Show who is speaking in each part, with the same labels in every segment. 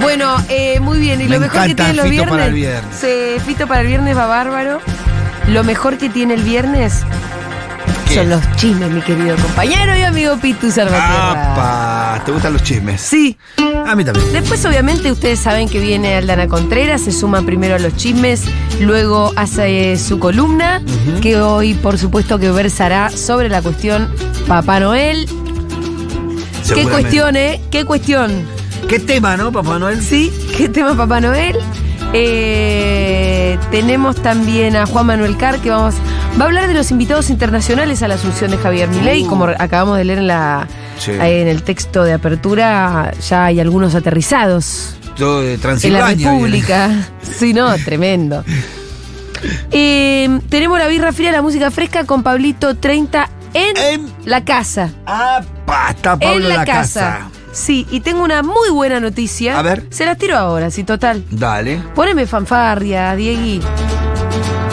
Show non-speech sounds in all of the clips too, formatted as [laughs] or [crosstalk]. Speaker 1: Bueno, eh, muy bien. Y
Speaker 2: Me
Speaker 1: lo mejor que
Speaker 2: encanta
Speaker 1: tiene los
Speaker 2: Fito
Speaker 1: viernes.
Speaker 2: para el viernes.
Speaker 1: Sí, Fito para el viernes va bárbaro. Lo mejor que tiene el viernes
Speaker 2: ¿Qué?
Speaker 1: son los chismes, mi querido compañero y amigo Pitu Salvatierra.
Speaker 2: ¡Apa! ¿Te gustan los chismes?
Speaker 1: Sí.
Speaker 2: A mí también.
Speaker 1: Después, obviamente, ustedes saben que viene Aldana Contreras, se suma primero a los chismes, luego hace eh, su columna, que hoy, por supuesto, que versará sobre la cuestión Papá Noel. ¿Qué
Speaker 2: seguramente.
Speaker 1: cuestión, eh? ¿Qué cuestión?
Speaker 2: ¿Qué tema, no, Papá Noel?
Speaker 1: Sí, ¿qué tema Papá Noel? Eh, tenemos también a Juan Manuel Carr, que vamos, va a hablar de los invitados internacionales a la asunción de Javier Milei,
Speaker 2: Uh.
Speaker 1: como acabamos de leer en, la,
Speaker 2: Sí.
Speaker 1: en el texto de apertura, ya hay algunos aterrizados
Speaker 2: Yo de
Speaker 1: en la
Speaker 2: Transilvania.
Speaker 1: República. [laughs] Sí, no,
Speaker 2: [laughs]
Speaker 1: tremendo. Eh, tenemos la birra fría, la música fresca con Pablito 30 en,
Speaker 2: En-
Speaker 1: la casa.
Speaker 2: viene. ¡Apa! Está Eh.
Speaker 1: en
Speaker 2: Pablo
Speaker 1: la, casa. Sí, y tengo una muy buena noticia.
Speaker 2: A ver.
Speaker 1: Se las tiro ahora, sí, total.
Speaker 2: Dale.
Speaker 1: Poneme fanfarria, Diegui.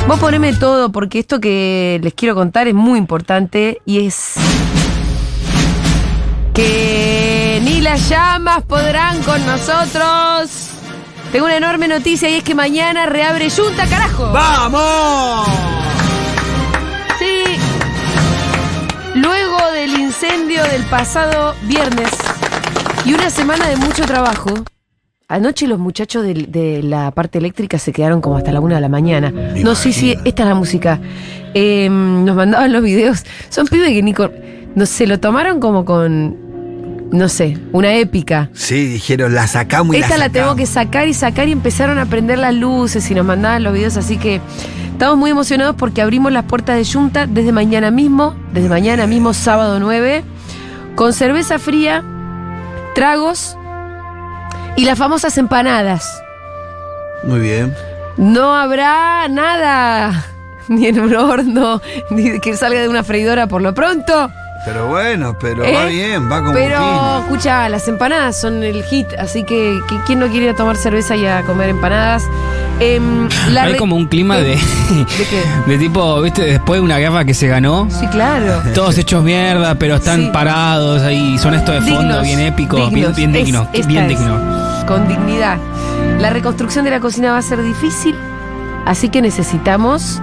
Speaker 1: Vos poneme todo, porque esto que les quiero contar es muy importante y es. Que ni las llamas podrán con nosotros. Tengo una enorme noticia y es que mañana reabre Junta, carajo.
Speaker 2: ¡Vamos!
Speaker 1: Sí. Luego del incendio del pasado viernes y una semana de mucho trabajo, anoche los muchachos del- de, la parte eléctrica se quedaron como hasta la una de la mañana. no, sí, sí, esta es la música. Eh, nos mandaban los videos. Son pibes que ni con- No, se lo tomaron como con. No sé, una épica.
Speaker 2: Sí, dijeron, la sacamos y
Speaker 1: Esta la tengo que
Speaker 2: sacamos.
Speaker 1: sacar y sacar y empezaron a prender las luces y nos mandaban los videos, así que estamos muy emocionados porque abrimos las puertas de Junta desde mañana mismo, desde mañana mismo, sábado 9, con cerveza fría, tragos y las famosas empanadas.
Speaker 2: Muy bien.
Speaker 1: No habrá nada, [laughs] ni en un horno, [laughs] ni que salga de una freidora por lo pronto.
Speaker 2: Pero bueno, pero
Speaker 1: ¿Eh?
Speaker 2: va bien, va con
Speaker 1: Pero
Speaker 2: Pero...
Speaker 1: escucha, las empanadas son el hit, así que que- ¿quién no quiere ir a tomar cerveza y a comer empanadas? Em, la
Speaker 3: Hay
Speaker 1: re- ¿Eh?
Speaker 3: como un clima de,
Speaker 1: ¿De qué?
Speaker 3: de tipo, viste, después de una guerra que se ganó,
Speaker 1: Sí,
Speaker 3: [laughs]
Speaker 1: claro.
Speaker 3: todos hechos mierda, pero están
Speaker 1: Sí.
Speaker 3: parados ahí, son estos de fondo,
Speaker 1: Dignos,
Speaker 3: bien épicos, bien-
Speaker 1: dignos.
Speaker 3: bien
Speaker 1: Es-
Speaker 3: dignos,
Speaker 1: esta es.
Speaker 3: bien dignos.
Speaker 1: Con dignidad. La reconstrucción de la cocina va a ser difícil, así que necesitamos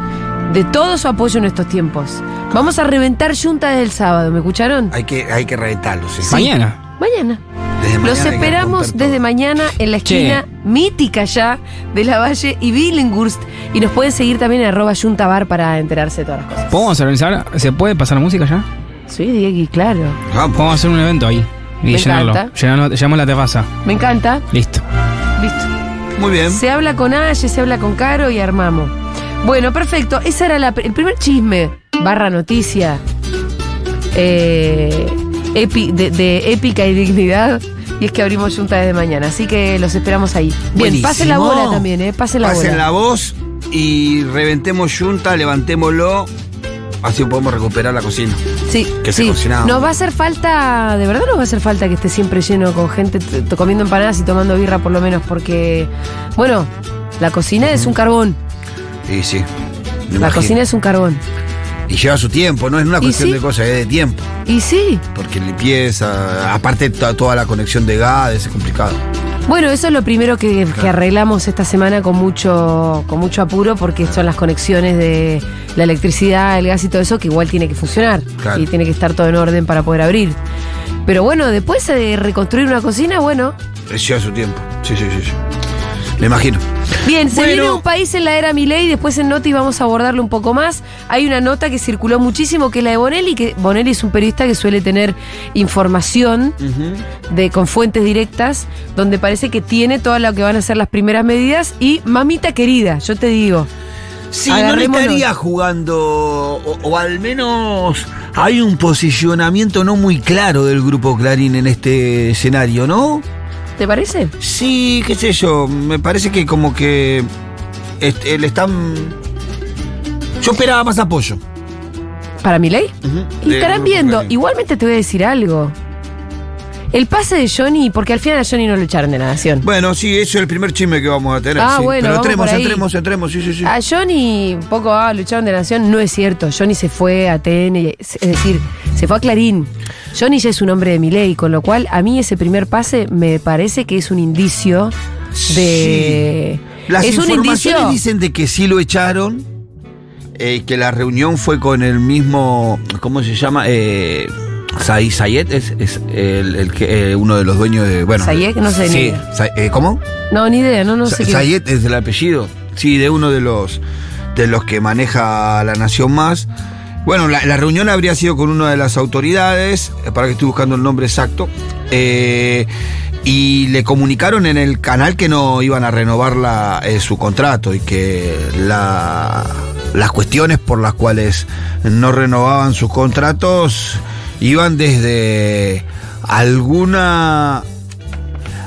Speaker 1: de todo su apoyo en estos tiempos. Vamos a reventar Junta desde el sábado, ¿me escucharon?
Speaker 2: Hay que, hay que reventarlo, sí.
Speaker 3: Mañana.
Speaker 1: Mañana.
Speaker 2: Desde mañana
Speaker 1: Los
Speaker 2: hay que
Speaker 1: esperamos
Speaker 2: romper todo.
Speaker 1: desde mañana en la
Speaker 3: Che.
Speaker 1: esquina mítica ya de la Valle y Billinghurst. Y nos pueden seguir también en arroba yuntabar para enterarse de todas las cosas.
Speaker 3: ¿Podemos organizar? ¿Se puede pasar música ya?
Speaker 1: Sí, Diego, claro.
Speaker 2: Vamos.
Speaker 3: Podemos hacer un evento ahí y
Speaker 1: Me
Speaker 3: llenarlo.
Speaker 1: encanta.
Speaker 3: Llenarlo- Llenamos la terraza.
Speaker 1: Me encanta.
Speaker 3: Listo.
Speaker 1: Listo.
Speaker 2: Muy bien.
Speaker 1: Se habla con Aye, se habla con Caro y armamos. Bueno, perfecto. Ese era la pr- el primer chisme, barra noticia, eh, epi- de, de épica y dignidad. Y es que abrimos junta desde mañana, así que los esperamos ahí. Bien,
Speaker 2: Buenísimo.
Speaker 1: pasen la bola también, ¿eh? Pasen la
Speaker 2: Pasen
Speaker 1: bola.
Speaker 2: la voz y reventemos Junta, levantémoslo. Así podemos recuperar la cocina.
Speaker 1: sí,
Speaker 2: que se
Speaker 1: sí.
Speaker 2: cocinaba.
Speaker 1: Nos va a hacer falta, de verdad nos va a hacer falta que esté siempre lleno con gente t- t- comiendo empanadas y tomando birra por lo menos, porque, bueno, la cocina es un carbón.
Speaker 2: Y sí. me
Speaker 1: La
Speaker 2: imagino.
Speaker 1: cocina es un carbón.
Speaker 2: Y lleva su tiempo, no es una
Speaker 1: Y
Speaker 2: cuestión
Speaker 1: sí.
Speaker 2: de cosas, es de tiempo.
Speaker 1: Y sí,
Speaker 2: Porque limpieza, aparte to- toda la conexión de gas, es complicado.
Speaker 1: Bueno, eso es lo primero que, que arreglamos esta semana con mucho, con mucho apuro, porque son las conexiones de la electricidad, el gas y todo eso, que igual tiene que funcionar.
Speaker 2: Claro.
Speaker 1: Y tiene que estar todo en orden para poder abrir. Pero bueno, después de reconstruir una cocina, bueno.
Speaker 2: Eh, Lleva su tiempo. Sí, sí, sí. sí. Me imagino.
Speaker 1: Bien, se
Speaker 2: Bueno.
Speaker 1: viene un país en la era Milei, después en Noti vamos a abordarlo un poco más. Hay una nota que circuló muchísimo, que es la de Bonelli, que Bonelli es un periodista que suele tener información de, con fuentes directas, donde parece que tiene todo lo que van a ser las primeras medidas. Y mamita querida, yo te digo.
Speaker 2: Sí, no
Speaker 1: Agarrémonos.
Speaker 2: le estaría jugando, o, o al menos hay un posicionamiento no muy claro del grupo Clarín en este escenario, ¿no?
Speaker 1: ¿Te parece?
Speaker 2: Sí, qué sé yo, me parece que como que est- eh, le están... Yo esperaba más apoyo.
Speaker 1: ¿Para mi ley?
Speaker 2: Ujú,
Speaker 1: Y
Speaker 2: del
Speaker 1: estarán
Speaker 2: grupo
Speaker 1: viendo.
Speaker 2: Clarín.
Speaker 1: Igualmente te voy a decir algo. El pase de Johnny, porque al final a Johnny no lo echaron de la nación.
Speaker 2: Bueno, sí, ese es el primer chisme que vamos a tener.
Speaker 1: Ah,
Speaker 2: sí.
Speaker 1: bueno,
Speaker 2: Pero
Speaker 1: vamos
Speaker 2: entremos,
Speaker 1: por ahí. Ah,
Speaker 2: entremos, entremos, sí, sí, sí.
Speaker 1: A Johnny, un poco, ah, lo echaron de la nación. No es cierto. Johnny se fue a TN, es decir, se fue a Clarín. Johnny ya es un hombre de mi ley, con lo cual a mí ese primer pase me parece que es un indicio de.
Speaker 2: Sí. Las
Speaker 1: es un
Speaker 2: informaciones
Speaker 1: indicio.
Speaker 2: dicen de que sí lo echaron, eh, que la reunión fue con el mismo, ¿cómo se llama? Eh, Said Sayed es, es el, el que, eh, uno de los dueños de... Bueno,
Speaker 1: Sayed, no sé,
Speaker 2: Sí,
Speaker 1: ni-
Speaker 2: Sa- eh, ¿Cómo?
Speaker 1: No, ni idea, no, no
Speaker 2: Sa-
Speaker 1: sé qué.
Speaker 2: Sayed es el apellido. Sí, de uno de los, de los que maneja la nación más. Bueno, la, la reunión habría sido con una de las autoridades, eh, para que estoy buscando el nombre exacto, eh, y le comunicaron en el canal que no iban a renovar la, eh, su contrato y que la- las cuestiones por las cuales no renovaban sus contratos iban desde alguna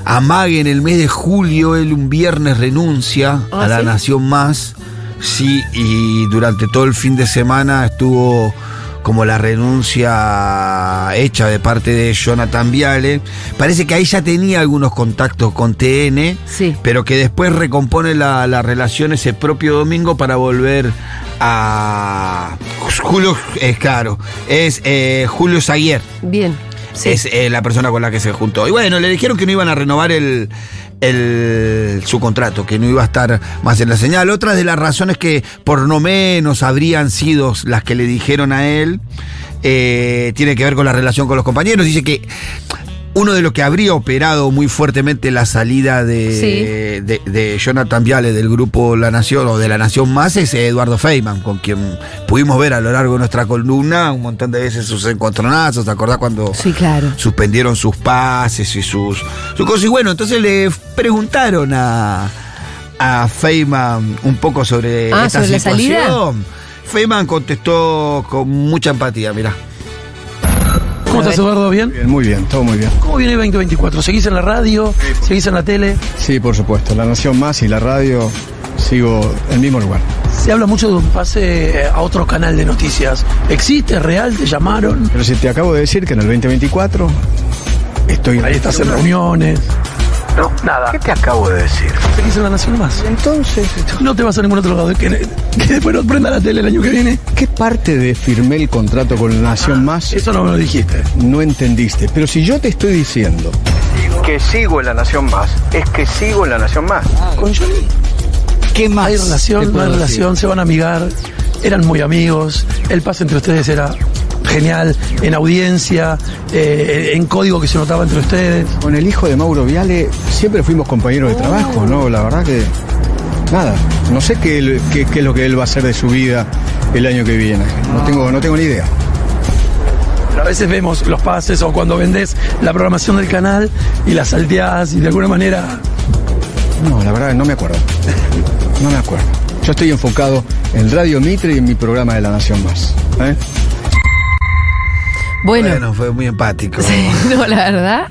Speaker 2: Amague en el mes de julio, él un viernes renuncia
Speaker 1: Ah,
Speaker 2: a la
Speaker 1: ¿sí?
Speaker 2: Nación Más. Sí, y durante todo el fin de semana estuvo como la renuncia hecha de parte de Jonathan Viale. Parece que ahí ya tenía algunos contactos con TN,
Speaker 1: Sí.
Speaker 2: pero que después recompone la, la relación ese propio domingo para volver a Julio, es claro, es eh, Julio Saguier
Speaker 1: Bien. Sí.
Speaker 2: es eh, la persona con la que se juntó. Y bueno, le dijeron que no iban a renovar el, el- su contrato, que no iba a estar más en la señal. Otras de las razones que por no menos habrían sido las que le dijeron a él, eh, tiene que ver con la relación con los compañeros. Dice que uno de los que habría operado muy fuertemente la salida de,
Speaker 1: Sí.
Speaker 2: de- de Jonathan Viale del grupo La Nación o de La Nación Más es eh, Eduardo Feynman, con quien pudimos ver a lo largo de nuestra columna un montón de veces sus encontronazos. ¿Te acordás cuando
Speaker 1: Sí, claro.
Speaker 2: suspendieron sus pases y sus, sus cosas? Y bueno, entonces le preguntaron a, a Feynman un poco sobre
Speaker 1: Ah,
Speaker 2: esta
Speaker 1: sobre la
Speaker 2: situación.
Speaker 1: salida.
Speaker 2: Feynman contestó con mucha empatía, mirá.
Speaker 4: ¿Cómo estás, Eduardo? ¿Bien?
Speaker 5: Bien, muy bien, todo muy bien.
Speaker 4: ¿Cómo viene 2024? ¿Seguís en la radio? ¿Seguís en la tele?
Speaker 5: Sí, por supuesto. La Nación Más y la radio sigo en el mismo lugar.
Speaker 4: Se habla mucho de un pase eh, a otro canal de noticias. ¿Existe? ¿Es real? ¿Te llamaron?
Speaker 5: Pero si te acabo de decir que en el 2024 estoy este
Speaker 4: Ahí estás en reuniones. No, nada.
Speaker 5: te acabo de decir?
Speaker 4: Seguís en la Nación Más.
Speaker 5: Entonces,
Speaker 4: No te vas a ningún otro lado. Que, que después no prenda la tele el año que viene.
Speaker 5: ¿qué parte de firmé el contrato con la Nación Más
Speaker 4: Eso no me lo dijiste.
Speaker 5: no entendiste? Pero si yo te estoy diciendo que sigo en la Nación Más, es que sigo en la Nación Más.
Speaker 4: Con Johnny.
Speaker 5: ¿Qué más?
Speaker 4: Hay
Speaker 5: te
Speaker 4: relación, no
Speaker 5: puedo
Speaker 4: hay
Speaker 5: decir?
Speaker 4: relación. Se van a amigar. Eran muy amigos. El pase entre ustedes era genial. En audiencia, eh, en código que se notaba entre ustedes.
Speaker 5: Con el hijo de Mauro Viale siempre fuimos compañeros de trabajo, ¿no? La verdad que nada. No sé qué, él- qué- qué es lo que él va a hacer de su vida el año que viene. No tengo, no tengo ni idea.
Speaker 4: Pero A veces vemos los pases o cuando vendés la programación del canal y la salteás y de alguna manera
Speaker 5: No, la verdad que no me acuerdo. No me acuerdo. Yo estoy enfocado en Radio Mitre y en mi programa de La Nación Más. ¿eh?
Speaker 1: Bueno.
Speaker 2: Bueno, fue muy
Speaker 1: [laughs]
Speaker 2: empático.
Speaker 1: Sí, no, la verdad.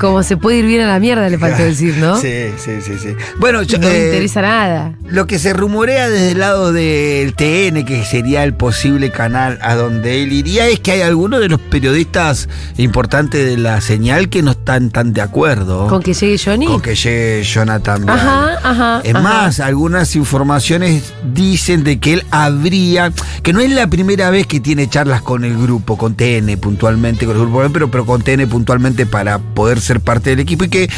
Speaker 1: Como se puede ir bien a la mierda, le faltó decir, ¿no?
Speaker 2: Sí, sí, sí, sí. Bueno, yo,
Speaker 1: No me
Speaker 2: eh,
Speaker 1: interesa nada.
Speaker 2: lo que se rumorea desde el lado del TN, que sería el posible canal a donde él iría, es que hay algunos de los periodistas importantes de la señal que no están tan de acuerdo
Speaker 1: ¿Con que llegue Johnny?
Speaker 2: con que llegue Jonathan. Vial.
Speaker 1: Ajá, ajá.
Speaker 2: Es
Speaker 1: ajá.
Speaker 2: más, algunas informaciones dicen de que él habría, que no es la primera vez que tiene charlas con el grupo, con TN puntualmente, con el grupo, pero, pero con TN puntualmente para poder ser parte del equipo y que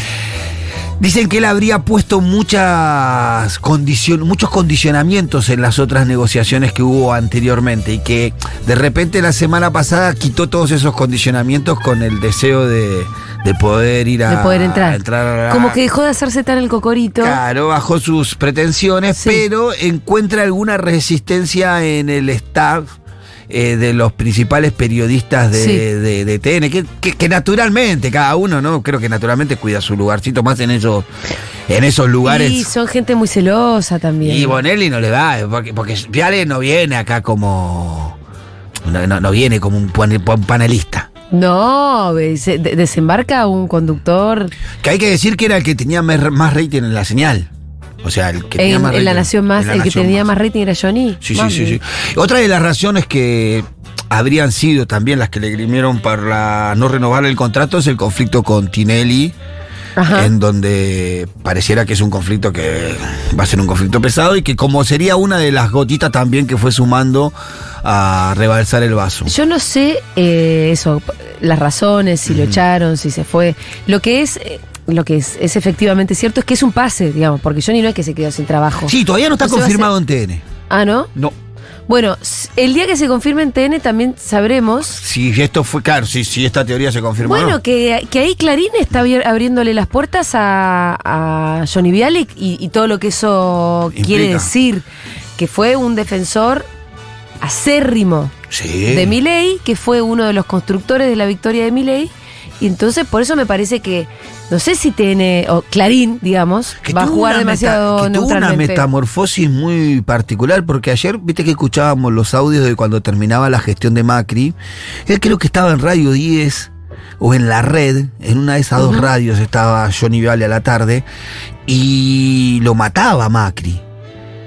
Speaker 2: dicen que él habría puesto muchas condición, muchos condicionamientos en las otras negociaciones que hubo anteriormente y que de repente la semana pasada quitó todos esos condicionamientos con el deseo de, de poder ir a,
Speaker 1: De poder entrar.
Speaker 2: a entrar a-
Speaker 1: Como que dejó de hacerse tan el cocorito.
Speaker 2: Claro, bajó sus pretensiones,
Speaker 1: Sí.
Speaker 2: pero encuentra alguna resistencia en el staff eh, de los principales periodistas de,
Speaker 1: Sí.
Speaker 2: de- de TN, que, que- que naturalmente, cada uno, ¿no? Creo que naturalmente cuida su lugarcito más en esos, en esos lugares.
Speaker 1: Y son gente muy celosa también.
Speaker 2: Y Bonelli no le va, porque, porque Viale no viene acá como. No, no- no viene como un pan- un panelista.
Speaker 1: No, ve, se- de- desembarca un conductor
Speaker 2: Que hay que decir que era el que tenía mer- más rating en la señal. O sea, el que tenía
Speaker 1: en,
Speaker 2: más
Speaker 1: en La
Speaker 2: rating
Speaker 1: Nación Más.
Speaker 2: en La
Speaker 1: El que
Speaker 2: Nación
Speaker 1: tenía más rating era Johnny.
Speaker 2: Sí, sí,
Speaker 1: Mami.
Speaker 2: sí, sí. Otra de las razones que habrían sido también las que le grimieron para no renovar el contrato es el conflicto con Tinelli,
Speaker 1: Ajá.
Speaker 2: en donde pareciera que es un conflicto que va a ser un conflicto pesado y que como sería una de las gotitas también que fue sumando a rebalsar el vaso.
Speaker 1: Yo no sé eh, eso, las razones, si lo echaron, si se fue. Lo que es, eh, lo que es, es efectivamente cierto es que es un pase, digamos, porque Johnny no es que se quedó sin trabajo.
Speaker 2: Sí, todavía no está
Speaker 1: No se va a
Speaker 2: confirmado en TN.
Speaker 1: Ah, ¿no?
Speaker 2: No.
Speaker 1: Bueno, s- el día que se confirme en TN también sabremos.
Speaker 2: Si esto fue, claro, si, si esta teoría se confirmó.
Speaker 1: Bueno,
Speaker 2: ¿no?
Speaker 1: que, que ahí Clarín está abri- abriéndole las puertas a, a Johnny Bialik y, y todo lo que eso quiere
Speaker 2: Implica.
Speaker 1: decir, que fue un defensor acérrimo
Speaker 2: sí.
Speaker 1: de Milei, que fue uno de los constructores de la victoria de Milei. Y entonces por eso me parece que, no sé si tiene, o Clarín, digamos,
Speaker 2: Que
Speaker 1: va a
Speaker 2: tuvo
Speaker 1: jugar
Speaker 2: una meta-
Speaker 1: demasiado
Speaker 2: que tuvo una
Speaker 1: neutralmente.
Speaker 2: metamorfosis muy particular, porque ayer, viste que escuchábamos los audios de cuando terminaba la gestión de Macri. Él creo que estaba en Radio 10 o en la red, en una de esas dos radios estaba Johnny Viale a la tarde, y lo mataba Macri.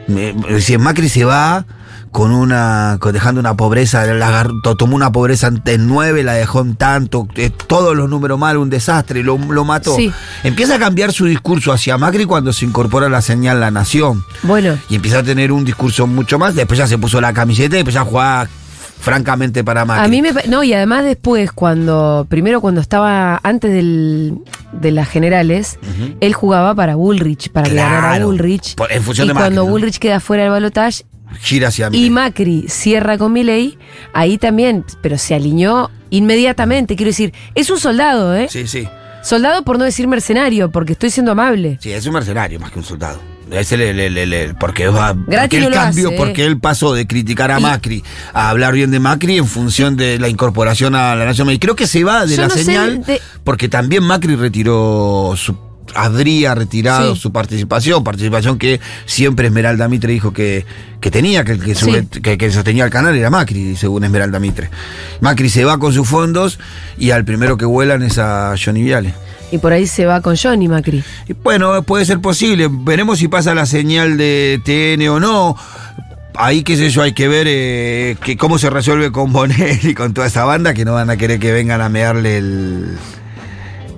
Speaker 2: Me- Decía, Macri se va con una con- dejando una pobreza la agar- to- tomó una pobreza antes nueve la dejó en tanto eh, todos los números mal un desastre lo, lo mató
Speaker 1: Sí.
Speaker 2: empieza a cambiar su discurso hacia Macri cuando se incorpora la señal La Nación
Speaker 1: Bueno,
Speaker 2: y empieza a tener un discurso mucho más después ya se puso la camiseta y después ya jugaba francamente para Macri
Speaker 1: a mí me... pa- No, y además después, cuando, primero cuando estaba antes del, de las generales, él jugaba para Bullrich, para que ganara
Speaker 2: Claro,
Speaker 1: Bullrich.
Speaker 2: por- en función
Speaker 1: y
Speaker 2: de Macri,
Speaker 1: cuando
Speaker 2: ¿no?
Speaker 1: Bullrich queda fuera del balotaje,
Speaker 2: gira hacia
Speaker 1: Y
Speaker 2: mí
Speaker 1: Macri cierra con Milei, ahí también, pero se alineó inmediatamente. Quiero decir, es un soldado, ¿eh?
Speaker 2: sí sí
Speaker 1: Soldado por no decir mercenario, porque estoy siendo amable.
Speaker 2: sí es un mercenario más que un soldado es el, el- el- el- el- porque va
Speaker 1: Gratis
Speaker 2: porque él
Speaker 1: no lo
Speaker 2: cambió,
Speaker 1: hace, eh.
Speaker 2: porque él pasó de criticar a
Speaker 1: Y-
Speaker 2: Macri a hablar bien de Macri en función de la incorporación a la Nación. Y creo que se va de
Speaker 1: Yo
Speaker 2: la
Speaker 1: no sé
Speaker 2: señal
Speaker 1: de-
Speaker 2: porque también Macri retiró su habría retirado
Speaker 1: Sí.
Speaker 2: su participación, participación que siempre Esmeralda Mitre dijo que, que tenía, que, el que, sube- que- que sostenía el canal era Macri, según Esmeralda Mitre. Macri se va con sus fondos y al primero que vuelan es a Johnny Viale.
Speaker 1: Y por ahí se va con Johnny Macri.
Speaker 2: Y Bueno, puede ser posible. Veremos si pasa la señal de TN o no. Ahí, qué sé yo, hay que ver eh, que cómo se resuelve con [laughs] Bonelli y con toda esa banda que no van a querer que vengan a mearle el.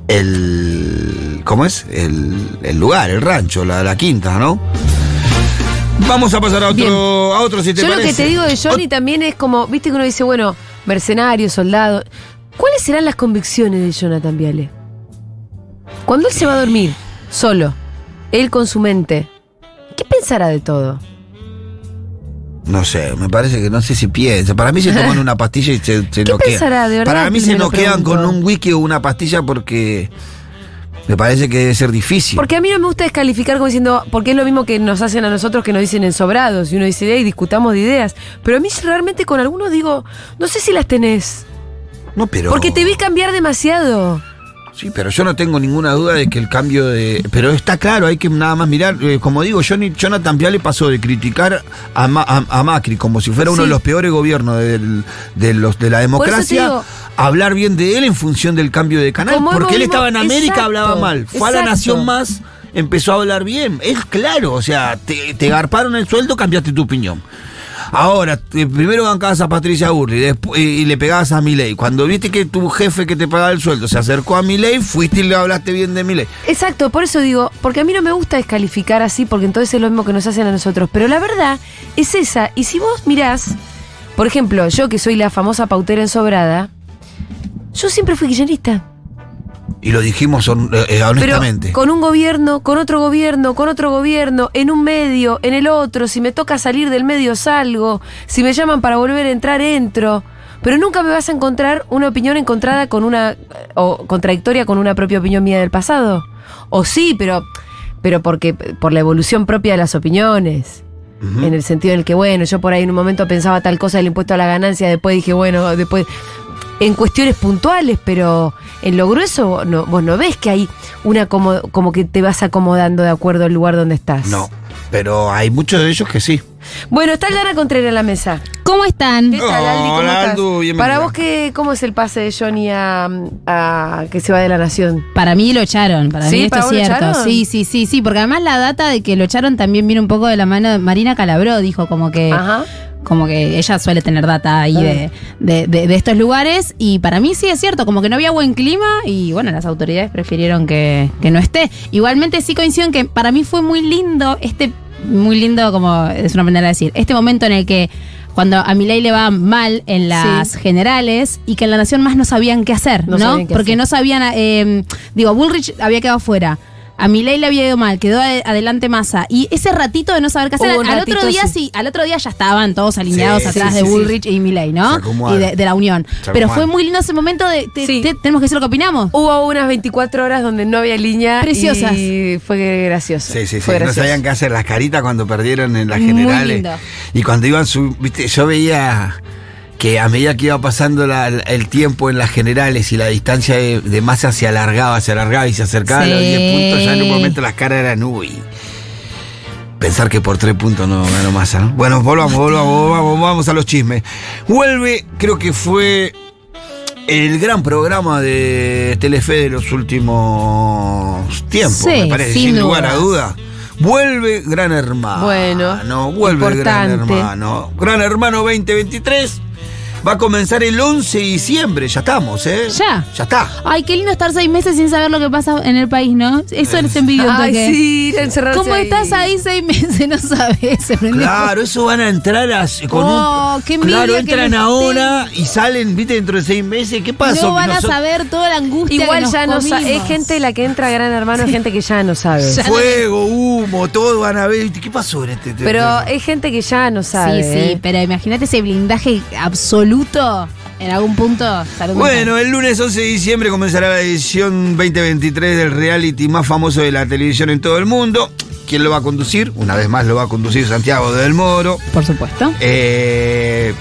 Speaker 2: el ¿Cómo es? El, el lugar, el rancho, la, la quinta, ¿no? Vamos a pasar a
Speaker 1: Bien.
Speaker 2: otro, a otro si te
Speaker 1: Yo lo que
Speaker 2: parece.
Speaker 1: te digo de Johnny también es como, viste que uno dice, bueno, mercenario, soldado. ¿Cuáles serán las convicciones de Jonathan Viale? Cuando él se va a dormir, solo, él con su mente, ¿qué pensará de todo?
Speaker 2: No sé, me parece que no sé si piensa. Para mí se
Speaker 1: [laughs]
Speaker 2: toman una pastilla y se,
Speaker 1: ¿Qué
Speaker 2: se noquean.
Speaker 1: pensará? De verdad
Speaker 2: Para mí
Speaker 1: que
Speaker 2: se
Speaker 1: me lo
Speaker 2: noquean con
Speaker 1: pregunto.
Speaker 2: un wiki o una pastilla porque me parece que debe ser difícil.
Speaker 1: Porque a mí no me gusta descalificar como diciendo, porque es lo mismo que nos hacen a nosotros que nos dicen en sobrados y uno dice, y discutamos de ideas. Pero a mí realmente con algunos digo, no sé si las tenés.
Speaker 2: no, pero.
Speaker 1: Porque te vi cambiar demasiado.
Speaker 2: Sí, pero yo no tengo ninguna duda de que el cambio de. Pero está claro, hay que nada más mirar. eh, como digo, Johnny, Jonathan Viale pasó de criticar a, Ma- a- a Macri como si fuera uno
Speaker 1: Sí.
Speaker 2: de los peores gobiernos del- de, los, de la
Speaker 1: Por eso te
Speaker 2: democracia.
Speaker 1: digo-
Speaker 2: a hablar bien de él en función del cambio de canal.
Speaker 1: Como
Speaker 2: porque él
Speaker 1: hemos-
Speaker 2: estaba en América,
Speaker 1: exacto,
Speaker 2: hablaba mal. Fue a la
Speaker 1: exacto.
Speaker 2: Nación Más, empezó a hablar bien. Es claro, o sea, te, te garparon el sueldo, cambiaste tu opinión. Ahora, eh, primero bancabas a Patricia Burri despu- y, y le pegabas a Milei. Cuando viste que tu jefe que te pagaba el sueldo se acercó a Milei, fuiste y le hablaste bien de Milei.
Speaker 1: Exacto, por eso digo, porque a mí no me gusta descalificar así, porque entonces es lo mismo que nos hacen a nosotros. Pero la verdad es esa. Y si vos mirás, por ejemplo, yo que soy la famosa pautera en sobrada, yo siempre fui kirchnerista.
Speaker 2: Y lo dijimos hon- eh, eh,
Speaker 1: Pero
Speaker 2: honestamente.
Speaker 1: con un gobierno, con otro gobierno, con otro gobierno, en un medio, en el otro, si me toca salir del medio salgo, si me llaman para volver a entrar entro, pero nunca me vas a encontrar una opinión encontrada con una eh, o contradictoria con una propia opinión mía del pasado. O sí, pero pero porque por la evolución propia de las opiniones. En el sentido en el que, bueno, yo por ahí en un momento pensaba tal cosa del impuesto a la ganancia, después dije, bueno, después. En cuestiones puntuales, pero en lo grueso vos no, vos no ves que hay una como, como que te vas acomodando de acuerdo al lugar donde estás.
Speaker 2: No, pero hay muchos de ellos que sí.
Speaker 1: Bueno, está Aldana Contreras en la mesa.
Speaker 6: ¿Cómo están?
Speaker 1: ¿Qué tal, Aldi? ¿Cómo
Speaker 2: Hola,
Speaker 1: estás?
Speaker 2: Aldu, bienvenida.
Speaker 1: Para vos, qué, ¿cómo es el pase de Johnny a, a que se va de la nación?
Speaker 6: Para mí lo echaron, para
Speaker 1: Sí,
Speaker 6: mí esto
Speaker 1: ¿para
Speaker 6: es
Speaker 1: vos lo
Speaker 6: cierto.
Speaker 1: echaron?
Speaker 6: Sí, sí,
Speaker 1: Eh,
Speaker 6: sí, sí, porque además la data de que lo echaron también viene un poco de la mano de Marina Calabró, dijo como que
Speaker 1: Ajá.
Speaker 6: Como que ella suele tener data ahí de, de- de- de estos lugares. Y para mí sí es cierto, como que no había buen clima y bueno, las autoridades prefirieron que, que no esté. Igualmente sí coincido en que para mí fue muy lindo este, muy lindo como es una manera de decir, este momento en el que cuando a Milei le va mal en las
Speaker 1: Sí.
Speaker 6: generales y que en la Nación más no sabían qué hacer,
Speaker 1: No
Speaker 6: ¿no?
Speaker 1: sabían qué
Speaker 6: Porque
Speaker 1: hacer.
Speaker 6: no sabían, eh, digo, a Bullrich había quedado fuera. A Milei le había ido mal, quedó ade- adelante Massa. Y ese ratito de no saber qué hacer,
Speaker 1: Hubo
Speaker 6: al
Speaker 1: un
Speaker 6: al otro
Speaker 1: ratito,
Speaker 6: día
Speaker 1: sí.
Speaker 6: sí. al otro día ya estaban todos alineados
Speaker 2: Sí,
Speaker 6: atrás
Speaker 2: sí,
Speaker 6: de
Speaker 2: sí,
Speaker 6: Bullrich y Milei,
Speaker 2: Se
Speaker 6: ¿no?
Speaker 2: acomodan.
Speaker 6: Y de, de la unión.
Speaker 2: Se
Speaker 6: Pero
Speaker 2: acomodan.
Speaker 6: fue muy lindo ese momento de, te-
Speaker 1: Sí.
Speaker 6: te- tenemos que decir lo que opinamos.
Speaker 1: Hubo unas 24 horas donde no había línea.
Speaker 6: Preciosas.
Speaker 1: Y fue gracioso.
Speaker 2: Sí, sí, sí.
Speaker 1: Fue
Speaker 2: No
Speaker 1: gracioso.
Speaker 2: sabían qué hacer las caritas cuando perdieron en las
Speaker 6: Muy
Speaker 2: generales.
Speaker 6: lindo.
Speaker 2: Y cuando iban su, viste, yo veía que a medida que iba pasando la- la- el tiempo en las generales y la distancia de, de masa se alargaba, se alargaba y se acercaba a los
Speaker 6: Sí.
Speaker 2: 10 puntos, ya en un momento las caras eran uy. Pensar que por tres puntos no ganó masa, ¿no? Bueno, volvamos, volvamos, volvamos, vamos a los chismes. Vuelve, creo que fue el gran programa de Telefe de los últimos tiempos,
Speaker 6: Sí,
Speaker 2: me parece, sin,
Speaker 6: sin
Speaker 2: lugar a duda.
Speaker 6: dudas.
Speaker 2: Vuelve Gran Hermano.
Speaker 1: Bueno,
Speaker 2: vuelve Gran
Speaker 1: importante.
Speaker 2: Hermano. Gran Hermano 2023 va a comenzar el 11 de diciembre, ya estamos, ¿eh?
Speaker 6: Ya.
Speaker 2: Ya está.
Speaker 6: Ay, qué lindo estar seis meses sin saber lo que pasa en el país, ¿no? Eso es envidio un
Speaker 1: Ay,
Speaker 6: toque.
Speaker 1: sí, ir a encerrarse
Speaker 6: ¿Cómo estás ahí seis meses? [laughs] No sabes. se prende
Speaker 2: Claro, eso van a entrar a- con
Speaker 6: Oh,
Speaker 2: un.
Speaker 6: qué envidia
Speaker 2: claro,
Speaker 6: que
Speaker 2: entran
Speaker 6: no
Speaker 2: ahora y salen, viste, dentro de seis meses. ¿Qué pasó?
Speaker 6: No van a
Speaker 2: Nosotros-
Speaker 6: saber toda la angustia. que
Speaker 1: Igual
Speaker 6: nos
Speaker 1: ya no sabe. Es
Speaker 6: comimos.
Speaker 1: gente la que entra a Gran Hermano, es gente que ya no sabe.
Speaker 6: Ya.
Speaker 2: Fuego, humo, todo van a ver. ¿Qué pasó en este
Speaker 1: Pero es gente que ya no sabe.
Speaker 6: Sí,
Speaker 1: ¿eh?
Speaker 6: sí, pero imagínate ese blindaje absoluto en algún punto. salud
Speaker 2: Bueno,
Speaker 6: mental.
Speaker 2: el lunes 11 de diciembre comenzará la edición 2023 del reality más famoso de la televisión en todo el mundo. ¿Quién lo va a conducir? Una vez más lo va a conducir Santiago del Moro.
Speaker 6: por supuesto.
Speaker 2: Eh,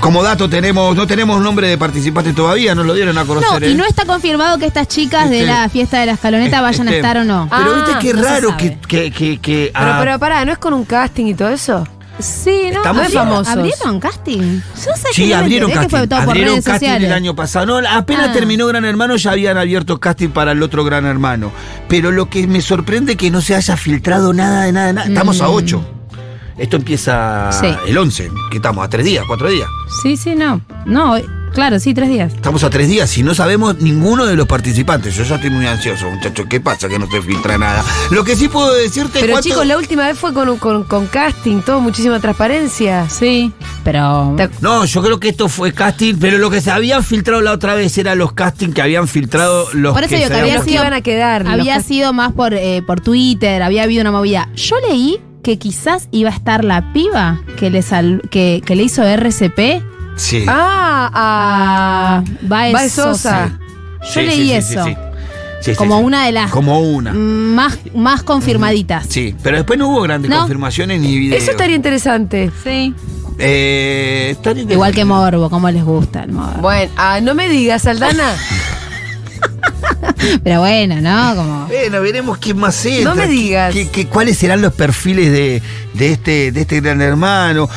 Speaker 2: como dato tenemos, no tenemos nombre de participantes todavía, nos lo dieron a conocer.
Speaker 6: No, y
Speaker 2: ¿eh?
Speaker 6: no está confirmado que estas chicas de
Speaker 2: Este-
Speaker 6: la fiesta de la escaloneta vayan a
Speaker 2: Este,
Speaker 6: estar o no.
Speaker 2: Pero
Speaker 1: Ah,
Speaker 2: viste qué
Speaker 6: no se
Speaker 2: raro que,
Speaker 6: sabe.
Speaker 2: que, que, que-
Speaker 1: Pero,
Speaker 2: ah,
Speaker 1: pero pará, ¿no es con un casting y todo eso?
Speaker 6: Sí, no,
Speaker 2: Estamos-
Speaker 6: ¿Abrieron-
Speaker 1: famosos.
Speaker 6: ¿Abrieron casting? Yo no sé
Speaker 2: Sí,
Speaker 6: que no me
Speaker 2: abrieron
Speaker 6: enteré, que
Speaker 2: casting.
Speaker 6: fue todo por
Speaker 2: abrieron
Speaker 6: redes
Speaker 2: casting
Speaker 6: sociales.
Speaker 2: el año pasado. No, apenas
Speaker 6: Ah.
Speaker 2: terminó Gran Hermano, ya habían abierto casting para el otro Gran Hermano. Pero lo que me sorprende es que no se haya filtrado nada de nada. de nada. Estamos a
Speaker 6: Mm.
Speaker 2: 8. Esto empieza
Speaker 6: Sí.
Speaker 2: el 11. que estamos? ¿A tres días? ¿Cuatro días?
Speaker 6: Sí, sí, no. No, claro, sí, tres días.
Speaker 2: Estamos a tres días y no sabemos ninguno de los participantes. Yo ya estoy muy ansioso, muchachos. ¿Qué pasa que no se filtra nada? Lo que sí puedo decirte es
Speaker 1: Pero
Speaker 2: cuánto-
Speaker 1: chicos, la última vez fue con, un- con, con casting, todo, muchísima transparencia.
Speaker 6: Sí, pero.
Speaker 1: Te-
Speaker 2: No, yo creo que esto fue casting, pero lo que se habían filtrado la otra vez eran los castings que habían filtrado los
Speaker 6: Por eso
Speaker 2: que
Speaker 6: digo
Speaker 2: se
Speaker 6: que
Speaker 2: habían
Speaker 6: había
Speaker 1: los que
Speaker 6: sido,
Speaker 1: iban a quedar,
Speaker 6: había
Speaker 1: los que-
Speaker 6: sido más por, eh, por Twitter, había habido una movida. Yo leí que quizás iba a estar la piba que le, sal- que, que le hizo RCP
Speaker 2: Sí.
Speaker 1: Ah,
Speaker 6: a
Speaker 1: ah.
Speaker 6: Baez,
Speaker 1: Baez
Speaker 6: Sosa.
Speaker 1: Sosa.
Speaker 6: Yo leí eso.
Speaker 2: Sí, sí,
Speaker 6: Como
Speaker 2: sí.
Speaker 6: una de las Mm.
Speaker 2: Como una.
Speaker 6: más, más confirmaditas.
Speaker 2: Sí, pero después no hubo grandes
Speaker 6: No.
Speaker 2: confirmaciones ni videos.
Speaker 1: Eso estaría interesante.
Speaker 6: Sí.
Speaker 2: Eh, estaría
Speaker 6: Igual
Speaker 2: interesante.
Speaker 6: que Morbo, como les gusta el Morbo.
Speaker 1: Bueno, ah, no me digas, Aldana.
Speaker 6: Pero bueno, ¿no? Como.
Speaker 2: Bueno, veremos quién más entra.
Speaker 1: No me
Speaker 2: qué-
Speaker 1: digas.
Speaker 2: qué- qué- ¿Cuáles serán los perfiles de, de este, de este gran hermano?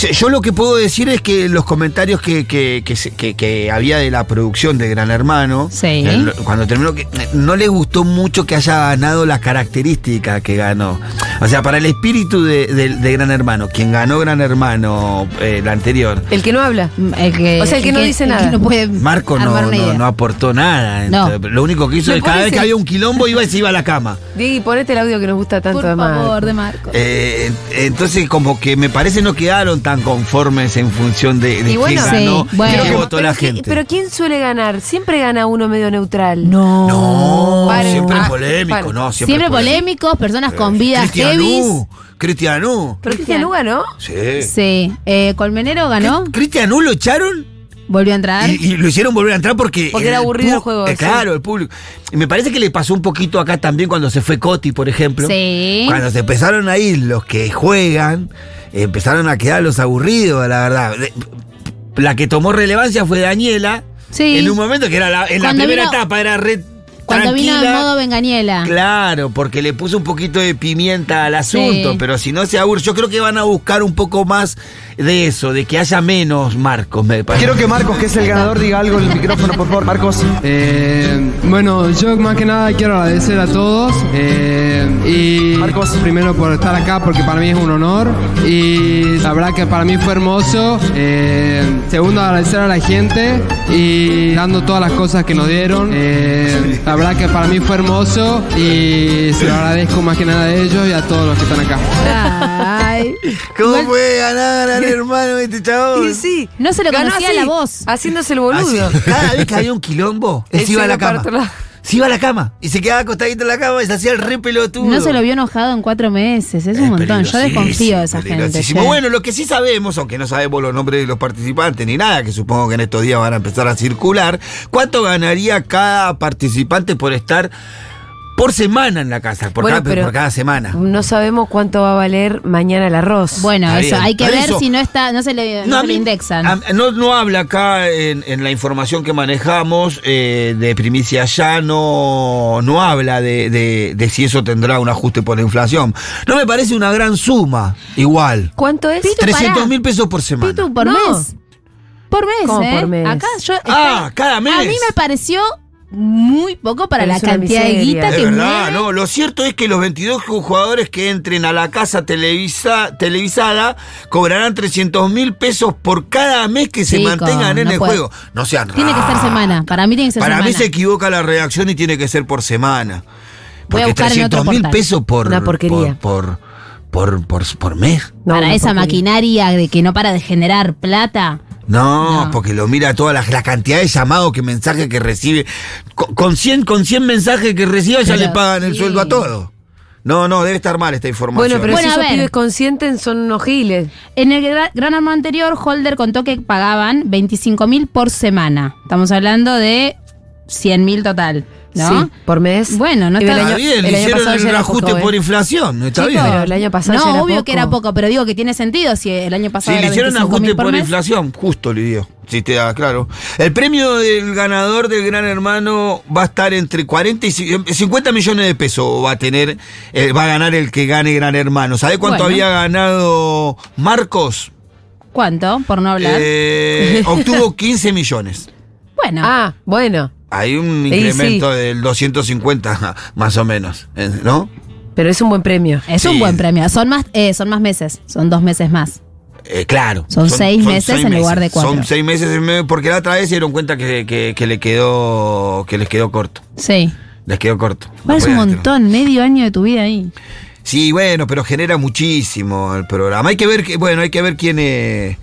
Speaker 2: Yo- Yo lo que puedo decir es que los comentarios que, que- que se- que- que había de la producción de Gran Hermano,
Speaker 6: Sí.
Speaker 2: el- cuando terminó, que eh, no les gustó mucho que haya ganado la característica que ganó. O sea, para el espíritu de, de- de Gran Hermano, quien ganó Gran Hermano, eh, la anterior,
Speaker 1: El que no habla.
Speaker 6: El que,
Speaker 1: O sea, el que no dice
Speaker 6: el que
Speaker 1: nada.
Speaker 6: no puede
Speaker 2: Marco no,
Speaker 6: armar una
Speaker 2: no,
Speaker 6: idea.
Speaker 2: no aportó nada.
Speaker 6: No.
Speaker 2: Entonces, Lo único que hizo
Speaker 1: Me
Speaker 2: es cada vez
Speaker 1: parece-
Speaker 2: que había un quilombo iba y se iba a la cama.
Speaker 1: Diggy, ponete el audio que nos gusta tanto
Speaker 6: Por
Speaker 1: de Marco.
Speaker 6: favor, de Marco.
Speaker 2: Eh, entonces, como que me parece no quedaron tan conformes en función de, de
Speaker 1: Y bueno,
Speaker 2: quién ganó
Speaker 6: Sí,
Speaker 2: y
Speaker 6: bueno.
Speaker 2: qué
Speaker 6: Pero-
Speaker 2: votó la
Speaker 1: ¿qué-
Speaker 2: gente.
Speaker 1: pero ¿quién suele ganar? Siempre gana uno medio neutral.
Speaker 6: No.
Speaker 2: no,
Speaker 1: Paren,
Speaker 2: siempre
Speaker 1: ah,
Speaker 2: polémico,
Speaker 1: paren.
Speaker 2: no,
Speaker 6: Siempre,
Speaker 2: siempre, Eh, polémico.
Speaker 6: polémicos, personas con vidas
Speaker 2: Cristianú,
Speaker 6: heavy.
Speaker 2: Cristianú.
Speaker 1: Pero Cristian Luga, ¿no?
Speaker 2: Sí.
Speaker 6: Sí. Eh, Colmenero ganó,
Speaker 2: Cri- Cristianú lo echaron
Speaker 6: volvió a entrar.
Speaker 2: y, y lo hicieron volver a entrar porque.
Speaker 1: Porque era aburrido el
Speaker 2: pu-
Speaker 1: juego,
Speaker 2: eh,
Speaker 1: sí.
Speaker 2: Claro, el público. Y me parece que le pasó un poquito acá también cuando se fue Coti, por ejemplo.
Speaker 6: Sí.
Speaker 2: Cuando se empezaron a ir los que juegan, empezaron a quedar los aburridos, la verdad. De- La que tomó relevancia fue Daniela.
Speaker 6: Sí.
Speaker 2: En un momento que era la, en la
Speaker 6: Cuando
Speaker 2: primera
Speaker 6: vino-
Speaker 2: etapa, era red.
Speaker 6: Cuando vino en modo Venganiela.
Speaker 2: Claro, porque le puso un poquito de pimienta al asunto,
Speaker 6: Sí.
Speaker 2: pero si no se aburre, yo creo que van a buscar un poco más de eso, de que haya menos marcos, me parece.
Speaker 7: Quiero que Marcos, que es el ganador, diga algo en el micrófono, por favor. Marcos.
Speaker 5: Eh,
Speaker 7: Bueno, yo más que nada quiero agradecer a todos eh, y Marcos primero por estar acá porque para mí es un honor y la verdad que para mí fue hermoso. Eh, segundo, agradecer a la gente y dando todas las cosas que nos dieron. Eh, la verdad que para mí fue hermoso y se lo agradezco más que nada a ellos y a todos los que están acá.
Speaker 2: [laughs]
Speaker 6: Ay.
Speaker 2: ¿Cómo puede ganar
Speaker 6: [laughs]
Speaker 2: al hermano este chabón?
Speaker 1: Y sí.
Speaker 6: No se lo
Speaker 1: ganó
Speaker 6: conocía
Speaker 1: así,
Speaker 6: la voz.
Speaker 1: Haciéndose el boludo.
Speaker 2: Así, [laughs] cada vez que había un [laughs] quilombo, él
Speaker 1: Él
Speaker 2: se iba a la
Speaker 1: iba para
Speaker 2: cama.
Speaker 1: otro lado.
Speaker 2: Se iba a la cama y se quedaba acostadito en la cama y se hacía el re pelotudo.
Speaker 6: No se lo vio enojado en cuatro meses, es un montón. Yo desconfío de esa gente.
Speaker 2: peligrosísimo.
Speaker 6: che.
Speaker 2: Bueno, lo que sí sabemos, aunque no sabemos los nombres de los participantes ni nada, que supongo que en estos días van a empezar a circular, ¿cuánto ganaría cada participante por estar por semana en la casa? Por,
Speaker 1: Bueno,
Speaker 2: cada,
Speaker 1: pero-
Speaker 2: por cada semana.
Speaker 1: No sabemos cuánto va a valer mañana el arroz.
Speaker 6: Bueno,
Speaker 2: Está
Speaker 6: eso,
Speaker 2: bien.
Speaker 6: hay que
Speaker 2: Por
Speaker 6: ver
Speaker 2: eso-
Speaker 6: si no está, no se le, no
Speaker 2: a
Speaker 6: se le
Speaker 2: mí-
Speaker 6: indexan.
Speaker 2: a- no, no habla acá en, en la información que manejamos eh, de primicia ya, no, no habla de, de- de si eso tendrá un ajuste por la inflación. No me parece una gran suma, igual.
Speaker 1: ¿Cuánto es?
Speaker 6: Pitu,
Speaker 2: 300
Speaker 6: pará.
Speaker 2: mil pesos por semana.
Speaker 6: Pitu, por
Speaker 1: No.
Speaker 6: mes. Por mes,
Speaker 1: ¿Cómo
Speaker 6: ¿eh?
Speaker 1: por mes?
Speaker 6: Acá yo.
Speaker 2: Ah,
Speaker 6: estoy-
Speaker 2: cada mes.
Speaker 6: A mí me pareció muy poco para
Speaker 1: Pero
Speaker 6: la
Speaker 1: es una
Speaker 6: cantidad de
Speaker 1: miseria.
Speaker 6: guita
Speaker 2: Es
Speaker 6: que
Speaker 2: verdad,
Speaker 6: mueve.
Speaker 2: no, lo cierto es que los 22 jugadores que entren a la casa televisa, televisada cobrarán 300 mil pesos por cada mes que se
Speaker 6: Chico,
Speaker 2: mantengan en
Speaker 6: no
Speaker 2: el
Speaker 6: puede.
Speaker 2: juego. No sean
Speaker 6: Tiene que ser
Speaker 2: raros.
Speaker 6: semana. Para mí tiene que ser
Speaker 2: Para
Speaker 6: semana.
Speaker 2: mí se equivoca la redacción y tiene que ser por semana.
Speaker 6: Voy
Speaker 2: Porque
Speaker 6: a buscar en otro
Speaker 2: 300 mil
Speaker 6: portal.
Speaker 2: pesos por,
Speaker 1: Una porquería.
Speaker 2: Por, por, por, por- por mes.
Speaker 1: No,
Speaker 6: para
Speaker 1: una
Speaker 6: esa
Speaker 1: porquería.
Speaker 6: maquinaria de que no para de generar plata.
Speaker 2: No,
Speaker 6: No.
Speaker 2: porque lo mira toda la, la cantidad de llamados, que mensajes que recibe. Con, con 100, con 100 mensajes que reciba ya
Speaker 6: Pero
Speaker 2: le pagan el
Speaker 6: sí.
Speaker 2: sueldo a todos. No, no, debe estar mal esta información.
Speaker 1: Bueno, pero
Speaker 6: Bueno,
Speaker 1: si
Speaker 6: a
Speaker 1: esos
Speaker 6: ver.
Speaker 1: pibes consienten son unos giles.
Speaker 6: En el gra- gran arma anterior, Holder contó que pagaban 25 mil por semana. Estamos hablando de 100 mil total, ¿no?
Speaker 1: Sí, por mes.
Speaker 6: Bueno, no
Speaker 1: Y del
Speaker 6: está-
Speaker 2: Está
Speaker 1: año-
Speaker 2: bien,
Speaker 1: el año
Speaker 2: hicieron
Speaker 1: pasado
Speaker 2: el
Speaker 1: ya era
Speaker 2: ajuste
Speaker 1: poco, ¿eh?
Speaker 2: por inflación. Está
Speaker 6: Chicos,
Speaker 2: bien.
Speaker 1: Pero el año pasado
Speaker 6: no,
Speaker 1: ya era
Speaker 6: obvio
Speaker 1: poco.
Speaker 6: que era poco, pero digo que tiene sentido si el año
Speaker 2: Sí,
Speaker 6: pasado
Speaker 2: le
Speaker 6: era
Speaker 2: hicieron
Speaker 6: 25
Speaker 2: ajuste
Speaker 6: mil por,
Speaker 2: por
Speaker 6: mes.
Speaker 2: inflación, justo le dio. Si te da claro. El premio del ganador del Gran Hermano va a estar entre 40 y ci- eh, 50 millones de pesos va a tener, eh, va a ganar el que gane Gran Hermano. ¿Sabe cuánto
Speaker 6: Bueno.
Speaker 2: había ganado Marcos?
Speaker 6: ¿Cuánto? Por no hablar. [laughs]
Speaker 2: Eh, obtuvo 15 millones.
Speaker 6: bueno,
Speaker 1: Ah, bueno.
Speaker 2: Hay un
Speaker 1: Y sí.
Speaker 2: incremento del 250 [laughs] más o menos, eh, ¿no?
Speaker 1: Pero es un buen premio.
Speaker 6: es
Speaker 2: sí.
Speaker 6: un buen premio. Son más, eh, son más meses, son dos meses más.
Speaker 2: Eh, claro.
Speaker 6: Son seis meses en lugar de cuatro.
Speaker 2: Son seis meses en medio, porque la otra vez se dieron cuenta que, que, que le quedó, que les quedó corto.
Speaker 6: Sí.
Speaker 2: Les quedó corto. No
Speaker 6: Bueno, es un
Speaker 2: podían tener-
Speaker 6: montón, medio año de tu vida ahí.
Speaker 2: Sí, bueno, pero genera muchísimo el programa. Hay que ver, que, bueno, hay que ver quiénes,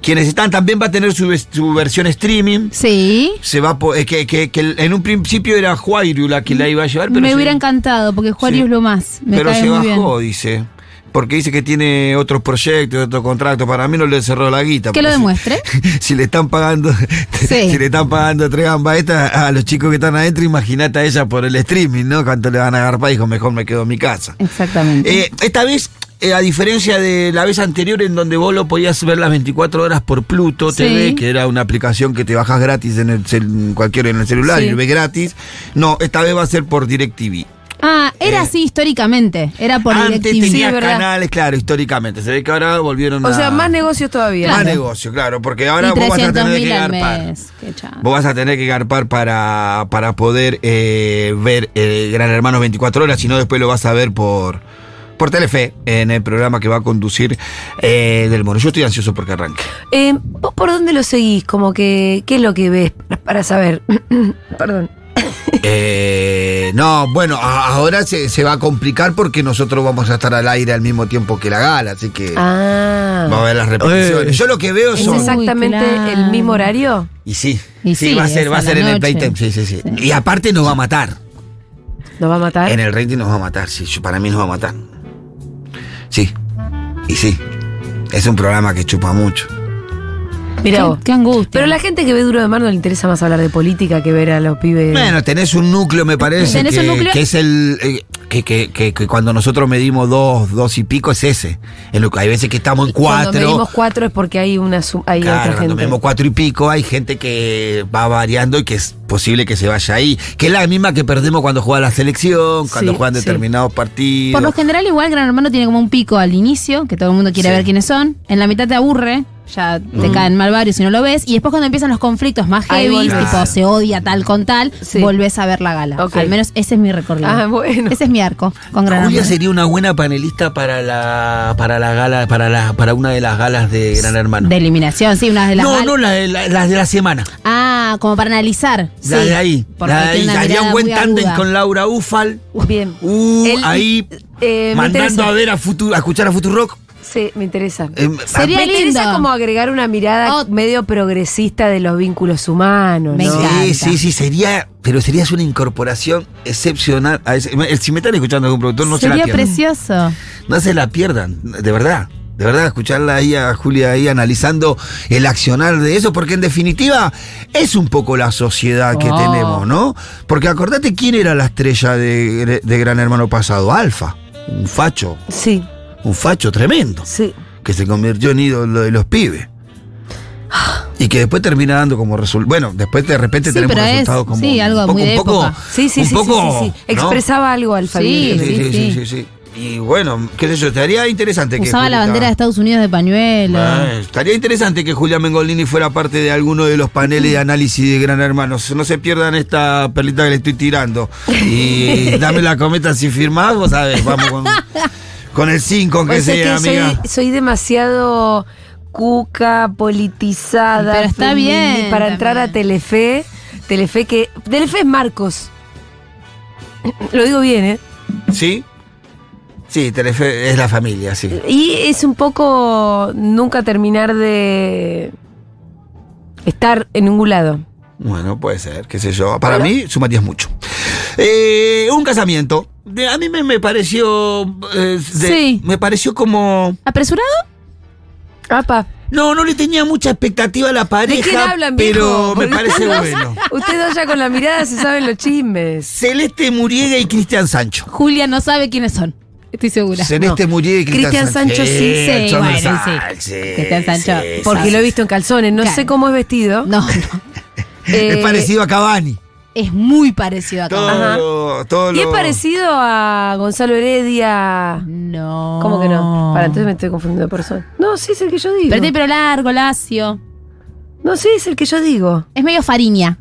Speaker 2: quiénes están. También va a tener su, ves- su versión streaming.
Speaker 6: Sí.
Speaker 2: Se va a po- eh, que, que- que el- en un principio era Juairu la que la iba a llevar, pero
Speaker 6: me
Speaker 2: se-
Speaker 6: hubiera encantado, porque Juario
Speaker 2: Sí.
Speaker 6: es lo más. Me
Speaker 2: pero
Speaker 6: cae
Speaker 2: se
Speaker 6: muy bien.
Speaker 2: bajó, dice. Porque dice que tiene otros proyectos, otros contratos. Para mí no le cerró la guita.
Speaker 6: Que
Speaker 2: pero
Speaker 6: lo
Speaker 2: sí.
Speaker 6: demuestre.
Speaker 2: [laughs] si le están pagando,
Speaker 6: Sí.
Speaker 2: si le están pagando tres gambas estas a los chicos que están adentro, imagínate a ella por el streaming, ¿no? Cuánto le van a agarrar, dijo, mejor me quedo en mi casa.
Speaker 6: Exactamente.
Speaker 2: Eh, esta vez, eh, a diferencia de la vez anterior en donde vos lo podías ver las 24 horas por Pluto
Speaker 6: Sí.
Speaker 2: TV, que era una aplicación que te bajas gratis en el cel- en cualquier en el celular
Speaker 6: Sí.
Speaker 2: y lo ves gratis, no, esta vez va a ser por DirecTV.
Speaker 6: ah, era así históricamente. Era por
Speaker 2: eh, Antes
Speaker 6: DirecTV.
Speaker 2: tenía
Speaker 6: Sí, ¿verdad?
Speaker 2: canales, claro, históricamente. Se ve que ahora volvieron a...
Speaker 1: O sea, más negocios todavía.
Speaker 2: Más negocio, claro, porque ahora
Speaker 6: Y
Speaker 2: vos vas a tener
Speaker 6: 300.000
Speaker 2: que
Speaker 6: al
Speaker 2: garpar.
Speaker 6: mes. Qué chata.
Speaker 2: Vos vas a tener que garpar para, para poder eh, ver eh, Gran Hermano 24 horas, si no después lo vas a ver por, por Telefe, en el programa que va a conducir eh, Del Moro. Yo estoy ansioso porque arranque.
Speaker 1: Eh, ¿Vos por dónde lo seguís? Como que, ¿qué es lo que ves? Para saber. [clears throat] Perdón.
Speaker 2: Eh, no, bueno, a- ahora se, se va a complicar porque nosotros vamos a estar al aire al mismo tiempo que la gala, así que
Speaker 1: Ah.
Speaker 2: va a haber las repeticiones. Yo lo que veo
Speaker 1: ¿Es
Speaker 2: son...
Speaker 6: exacto.
Speaker 1: exactamente
Speaker 6: Uy, claro.
Speaker 1: el mismo horario?
Speaker 2: Y sí,
Speaker 6: Y
Speaker 2: sí,
Speaker 6: sí,
Speaker 2: va a ser,
Speaker 6: es
Speaker 2: va a
Speaker 6: a
Speaker 2: ser
Speaker 6: la
Speaker 2: en el
Speaker 6: noche.
Speaker 2: playtime, sí, sí, sí. Y aparte nos va a matar.
Speaker 1: ¿Nos va a matar?
Speaker 2: En el rating nos va a matar, sí. yo- Para mí nos va a matar. Sí. Y sí. Es un programa que chupa mucho.
Speaker 1: Mirá
Speaker 6: Qué-
Speaker 1: vos.
Speaker 6: Qué angustia.
Speaker 1: Pero la gente que ve Duro de Mar no le interesa más hablar de política que ver a los pibes.
Speaker 2: Bueno, tenés un núcleo, me parece.
Speaker 6: Tenés
Speaker 2: que,
Speaker 6: un núcleo.
Speaker 2: que es el. eh, que, que- que- que cuando nosotros medimos dos, dos y pico es ese. En lo que hay veces que estamos en cuatro.
Speaker 1: Cuando medimos cuatro es porque hay una su- hay
Speaker 2: Claro,
Speaker 1: otra
Speaker 2: cuando
Speaker 1: gente.
Speaker 2: medimos cuatro y pico hay gente que va variando y que es posible que se vaya ahí. Que es la misma que perdemos cuando juega la selección, cuando
Speaker 1: Sí,
Speaker 2: juegan
Speaker 1: sí.
Speaker 2: determinados partidos.
Speaker 6: Por lo general, igual Gran Hermano tiene como un pico al inicio, que todo el mundo quiere
Speaker 2: Sí. Mm.
Speaker 6: ver quiénes son. En la mitad te aburre, ya te caen mal varios si no lo ves. Y después cuando empiezan los conflictos más
Speaker 1: Ahí
Speaker 6: heavy,
Speaker 1: volvés.
Speaker 6: tipo se odia tal con tal,
Speaker 1: Sí.
Speaker 6: volvés a ver la gala.
Speaker 1: Ok.
Speaker 6: Al menos ese es mi recorrido.
Speaker 1: Ah, bueno.
Speaker 6: Ese es mi arco con Gran
Speaker 2: Julia
Speaker 6: Hermano.
Speaker 2: sería una buena panelista para la para la gala para la para una de las galas de Gran Hermano.
Speaker 6: De eliminación, sí, una de las
Speaker 2: no,
Speaker 6: gal-
Speaker 2: no, la de la, las de la semana.
Speaker 6: Ah, como para analizar.
Speaker 2: La
Speaker 6: sí.
Speaker 2: de ahí.
Speaker 6: Porque
Speaker 2: La de ahí.
Speaker 6: tiene una
Speaker 2: Haría
Speaker 6: mirada
Speaker 2: un buen
Speaker 6: muy
Speaker 2: tándem
Speaker 6: aguda.
Speaker 2: con Laura Ufal.
Speaker 1: Bien.
Speaker 2: Uh,
Speaker 1: El-
Speaker 2: ahí
Speaker 1: eh, me
Speaker 2: mandando
Speaker 1: interesa.
Speaker 2: a ver a futuro, a escuchar a Futurock.
Speaker 1: Sí, me interesa.
Speaker 2: Eh,
Speaker 6: Sería
Speaker 1: me interesa
Speaker 6: lindo.
Speaker 1: como agregar una mirada
Speaker 6: Ot-
Speaker 1: medio progresista de los vínculos humanos.
Speaker 6: Me
Speaker 1: ¿no?
Speaker 6: encanta.
Speaker 2: Sí, sí, sí, sería, pero serías una incorporación excepcional. a ese- el- si me están escuchando algún productor, no se la
Speaker 6: Sería
Speaker 2: pierdan.
Speaker 6: precioso.
Speaker 2: No se la pierdan, de verdad. De verdad, escucharla ahí a Julia ahí analizando el accionar de eso, porque en definitiva es un poco la sociedad que
Speaker 6: Oh.
Speaker 2: tenemos, ¿no? Porque acordate quién era la estrella de, de Gran Hermano pasado, Alfa, un facho,
Speaker 1: Sí,
Speaker 2: un facho tremendo,
Speaker 1: sí.
Speaker 2: que se convirtió en ídolo de los pibes. Y que después termina dando como resultado. Bueno, después de repente
Speaker 6: Sí,
Speaker 2: tenemos
Speaker 6: pero es-
Speaker 2: resultados como.
Speaker 6: sí, algo
Speaker 2: un poco,
Speaker 6: muy de
Speaker 2: un poco,
Speaker 6: época.
Speaker 1: Sí, sí,
Speaker 2: un
Speaker 1: sí,
Speaker 2: poco,
Speaker 1: sí, sí, sí.
Speaker 2: ¿no?
Speaker 1: Expresaba algo Alfa
Speaker 6: Sí,
Speaker 1: Aguirre.
Speaker 2: Sí, sí, sí, sí, sí. Y bueno, qué sé yo, estaría interesante que.
Speaker 6: Usaba la
Speaker 2: Julita-
Speaker 6: bandera de Estados Unidos de pañuelo.
Speaker 2: Ah, estaría interesante que Julia Mengolini fuera parte de alguno de los paneles de análisis de Gran Hermano. No se pierdan esta perlita que le estoy tirando. Y dame la cometa si firmás, vos sabés, vamos con, con el 5 aunque
Speaker 1: O sea
Speaker 2: sea,
Speaker 1: que
Speaker 2: amiga.
Speaker 1: Soy, soy demasiado cuca, politizada.
Speaker 6: Pero está
Speaker 1: femini-
Speaker 6: bien
Speaker 1: Para entrar a
Speaker 6: también.
Speaker 1: Telefe. Telefe que. Telefe es Marcos. [clears throat] Lo digo bien, ¿eh?
Speaker 2: ¿Sí? Sí, Telefe es la familia, sí.
Speaker 1: Y es un poco nunca terminar de estar en ningún lado.
Speaker 2: Bueno, puede ser, qué sé yo. Para mí, sumarías mucho. Eh, un casamiento. De- a mí me, me pareció. eh, de-
Speaker 6: Sí.
Speaker 2: Me pareció como.
Speaker 6: ¿Apresurado?
Speaker 1: Apa.
Speaker 2: No, no le tenía mucha expectativa a la
Speaker 1: ¿De
Speaker 2: pareja.
Speaker 1: quién hablan,
Speaker 2: pero
Speaker 1: viejo?
Speaker 2: me
Speaker 1: Porque
Speaker 2: parece
Speaker 1: ustedes-
Speaker 2: bueno.
Speaker 1: Ustedes dos ya con la mirada se saben los chismes.
Speaker 2: Celeste Muriega y Cristian Sancho.
Speaker 6: Julia no sabe quiénes son. Estoy segura.
Speaker 2: Celeste Muriega y Cristian,
Speaker 1: Cristian Sancho sí,
Speaker 6: sí,
Speaker 2: el
Speaker 6: bueno,
Speaker 2: Chomel Sal,
Speaker 6: sí. Cristian Sancho,
Speaker 2: sí,
Speaker 1: Porque
Speaker 2: sí.
Speaker 1: lo he visto en calzones, no
Speaker 6: Claro.
Speaker 1: sé cómo es vestido.
Speaker 6: No, no.
Speaker 1: Eh,
Speaker 2: Es parecido a Cavani.
Speaker 6: Es muy parecido a Cavani.
Speaker 2: Todo, todo
Speaker 1: Y es
Speaker 2: lo-
Speaker 1: parecido a Gonzalo Heredia.
Speaker 6: No.
Speaker 1: ¿Cómo que no? Para, entonces me estoy confundiendo de persona. No, sí es el que yo digo.
Speaker 6: Oh. Pero tiene pelo largo, lacio.
Speaker 1: No, sí es el que yo digo.
Speaker 6: Es medio fariña.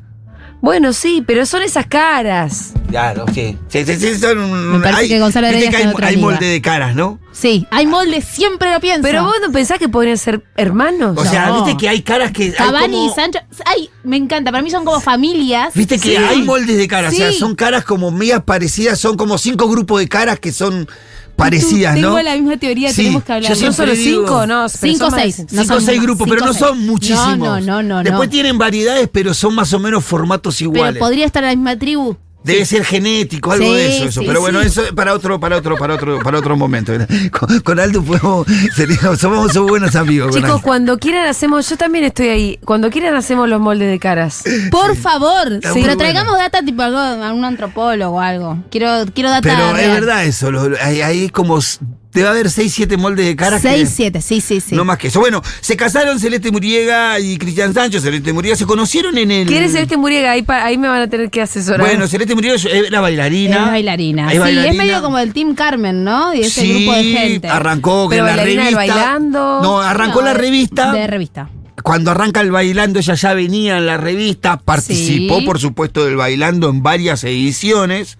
Speaker 1: Bueno, sí, pero son esas caras.
Speaker 2: Claro, sí. Sí, sí, sí, son un-
Speaker 6: Me parece
Speaker 2: hay-
Speaker 6: que Gonzalo
Speaker 2: viste
Speaker 6: Heredia
Speaker 2: que
Speaker 6: está en
Speaker 2: hay,
Speaker 6: otra
Speaker 2: hay
Speaker 6: liga.
Speaker 2: molde de caras, ¿no?
Speaker 6: Sí, hay moldes, siempre lo pienso.
Speaker 1: Pero vos no pensás que podrían ser hermanos.
Speaker 2: O sea,
Speaker 6: No.
Speaker 2: viste que hay caras que. hay
Speaker 6: Cavani
Speaker 2: como-
Speaker 6: y Sancho. Ay, me encanta. Para mí son como familias.
Speaker 2: Viste que
Speaker 6: Sí.
Speaker 2: hay moldes de caras, o sea,
Speaker 6: Sí.
Speaker 2: son caras como mías parecidas, son como cinco grupos de caras que son parecidas,
Speaker 6: Tengo
Speaker 2: ¿no?
Speaker 6: la misma teoría,
Speaker 2: Sí,
Speaker 6: tenemos que hablar.
Speaker 2: yo
Speaker 1: ¿Son
Speaker 2: siempre
Speaker 1: solo
Speaker 2: digo-
Speaker 1: cinco? No, pero
Speaker 6: Cinco o
Speaker 1: son más de
Speaker 6: seis.
Speaker 1: cinco.
Speaker 6: No
Speaker 2: cinco o
Speaker 6: son
Speaker 2: seis
Speaker 6: más,
Speaker 2: grupos,
Speaker 6: cinco
Speaker 2: pero no
Speaker 6: o seis.
Speaker 2: son muchísimos.
Speaker 6: No, no, no, no,
Speaker 2: Después
Speaker 6: no.
Speaker 2: tienen variedades, pero son más o menos formatos
Speaker 6: Pero
Speaker 2: iguales.
Speaker 6: podría estar en la misma tribu.
Speaker 2: Debe ser genético, algo
Speaker 6: Sí,
Speaker 2: de eso, eso.
Speaker 6: sí,
Speaker 2: pero bueno,
Speaker 6: sí.
Speaker 2: eso es para otro, para otro, para otro, para otro momento. Con, con Aldo podemos, seríamos- somos, somos buenos amigos. con
Speaker 1: Chicos,
Speaker 2: Aldo.
Speaker 1: cuando quieran hacemos, yo también estoy ahí. Cuando quieran hacemos los moldes de
Speaker 2: [clears throat]
Speaker 1: caras.
Speaker 6: Por favor,
Speaker 2: muy
Speaker 6: pero
Speaker 2: bueno.
Speaker 6: traigamos data tipo algo, a un antropólogo o algo. Quiero, quiero data.
Speaker 2: pero es
Speaker 6: real.
Speaker 2: verdad eso, lo- lo- hay, hay como s- debe haber seis, siete moldes de caras. que-
Speaker 6: Seis, siete, sí, sí, sí.
Speaker 2: No más que eso. Bueno, se casaron Celeste Muriega y Cristian Sancho. Celeste Muriega se conocieron en el.
Speaker 1: ¿Quién es este Muriega? Ahí, pa- ahí me van a tener que asesorar.
Speaker 2: Bueno, Celeste Muriega es- eh, era
Speaker 6: es
Speaker 2: bailarina.
Speaker 6: bailarina. sí, es medio como el Team Carmen, ¿no? Y ese
Speaker 2: sí,
Speaker 6: grupo de gente.
Speaker 2: Arrancó
Speaker 1: Pero
Speaker 2: en la
Speaker 1: bailarina del
Speaker 2: revista.
Speaker 1: bailando.
Speaker 2: No, arrancó
Speaker 6: No,
Speaker 2: la
Speaker 6: de-
Speaker 2: revista.
Speaker 6: De revista.
Speaker 2: Cuando arranca el bailando, ella ya venía en la revista, participó,
Speaker 6: Sí.
Speaker 2: por supuesto, del bailando en varias ediciones.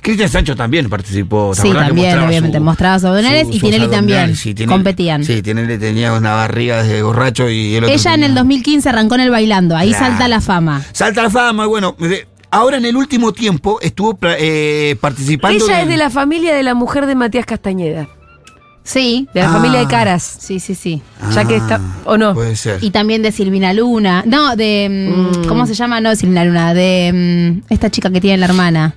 Speaker 2: Cristian Sancho también participó. ¿te
Speaker 6: Sí,
Speaker 2: acordás que
Speaker 6: también,
Speaker 2: mostraba
Speaker 6: obviamente,
Speaker 2: su-
Speaker 6: mostraba sus abdominales y
Speaker 2: sus
Speaker 6: Tinelli también,
Speaker 2: abdominales? Sí, Tinelli-
Speaker 6: competían.
Speaker 2: Sí, Tinelli tenía una barriga de borracho y el otro.
Speaker 6: Ella en
Speaker 2: tenía-
Speaker 6: el 2015 arrancó en el bailando, ahí
Speaker 2: Claro.
Speaker 6: salta la fama.
Speaker 2: Salta la fama, bueno. de- Ahora en el último tiempo estuvo pla- eh, participando.
Speaker 1: Ella es de
Speaker 2: del-
Speaker 1: la familia de la mujer de Matías Castañeda,
Speaker 6: Sí,
Speaker 1: de la
Speaker 2: Ah.
Speaker 1: familia de Caras.
Speaker 6: sí, sí, sí.
Speaker 1: Ya que está. ¿O no?
Speaker 2: Puede ser.
Speaker 6: Y también de Silvina Luna. No, de. mm,
Speaker 1: Mm.
Speaker 6: ¿Cómo se llama? No, de Silvina Luna. De mm, esta chica que tiene la [laughs] hermana.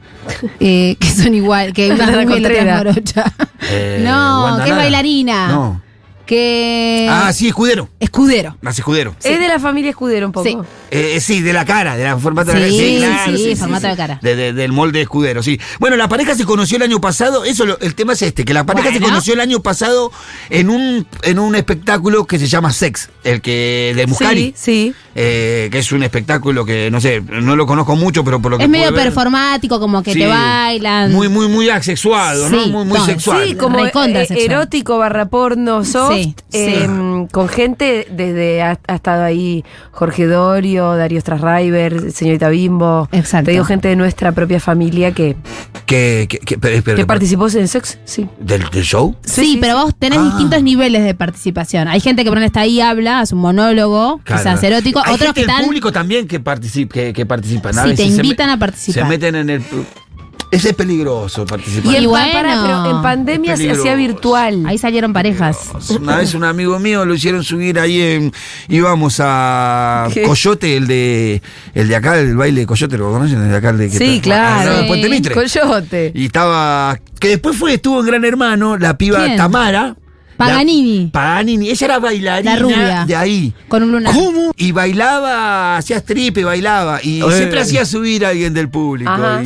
Speaker 6: eh, que son igual. Que una
Speaker 1: Nada
Speaker 6: rubia y [laughs] la otra es
Speaker 1: Contreras.
Speaker 2: [laughs]
Speaker 6: morocha.
Speaker 2: Eh,
Speaker 6: no,
Speaker 2: Wanda
Speaker 6: que es
Speaker 2: Nara.
Speaker 6: bailarina. Eh.
Speaker 2: No.
Speaker 6: Que.
Speaker 2: ah, sí, escudero.
Speaker 6: Escudero.
Speaker 2: Nace escudero.
Speaker 6: Eh.
Speaker 1: Es de la familia Escudero un poco.
Speaker 6: Sí.
Speaker 2: Eh, eh, sí, de la cara, de la formato de la cara.
Speaker 6: Sí,
Speaker 2: claro,
Speaker 6: sí, formato de cara.
Speaker 2: De- de- del molde de escudero, sí. Bueno, la pareja se conoció el año pasado, eso lo- el tema es este, que la pareja se
Speaker 6: Bueno.
Speaker 2: conoció el año pasado en un, en un espectáculo que se llama Sex, el que de Muscari.
Speaker 1: Sí, sí.
Speaker 2: eh, que es un espectáculo que, no sé, no lo conozco mucho, pero por lo que
Speaker 6: Es medio
Speaker 2: pude ver,
Speaker 6: performático, como que
Speaker 2: sí,
Speaker 6: te bailan.
Speaker 2: Muy, muy, muy asexuado, ¿no?
Speaker 6: Sí,
Speaker 2: Muy, muy
Speaker 6: no,
Speaker 2: sexual.
Speaker 1: Sí, como
Speaker 6: Recontra
Speaker 1: eh,
Speaker 6: sexual.
Speaker 1: erótico barra porno, so, soft
Speaker 6: Sí,
Speaker 1: eh, con gente desde ha, ha estado ahí Jorge Dorio, Darío Strasraiber, señorita Bimbo.
Speaker 6: Exacto.
Speaker 1: Te digo gente de nuestra propia familia que,
Speaker 2: Que, que, que- pero- pero-
Speaker 1: que participó en Sex, sí.
Speaker 2: del, del show.
Speaker 6: Sí, pero vos tenés
Speaker 2: Ah.
Speaker 6: distintos niveles de participación. Hay gente que por ejemplo, está ahí, habla, hace un monólogo, quizás
Speaker 2: Claro.
Speaker 6: erótico.
Speaker 2: Hay
Speaker 6: Otros
Speaker 2: gente
Speaker 6: que
Speaker 2: del
Speaker 6: están.
Speaker 2: público también que, participa, que, que participan.
Speaker 6: Sí,
Speaker 2: veces
Speaker 6: te
Speaker 2: se me-
Speaker 6: invitan a participar.
Speaker 2: Se meten en el. Ese es peligroso participar.
Speaker 6: Y
Speaker 1: en,
Speaker 6: bueno.
Speaker 1: pará, pero en pandemia se
Speaker 2: Peligros.
Speaker 1: hacía virtual.
Speaker 6: Ahí salieron parejas.
Speaker 2: Una vez un amigo mío lo hicieron subir ahí en. Íbamos a
Speaker 1: ¿Qué?
Speaker 2: Coyote, el de. El de acá, el baile de Coyote, ¿lo conocen? El de acá, el de que
Speaker 1: Sí,
Speaker 2: está-
Speaker 1: claro.
Speaker 2: al lado de
Speaker 6: Sí.
Speaker 2: Puente Mitre.
Speaker 1: Coyote.
Speaker 2: Y estaba. Que después fue, estuvo en Gran Hermano, la piba
Speaker 6: ¿Quién?
Speaker 2: Tamara.
Speaker 6: Paganini.
Speaker 2: La- Paganini. Ella era bailarina
Speaker 6: La rubia.
Speaker 2: de ahí.
Speaker 6: Con un lunar.
Speaker 2: ¿Cómo? Y bailaba, hacía strip y bailaba. Y siempre hacía subir a alguien del público.
Speaker 1: Ajá.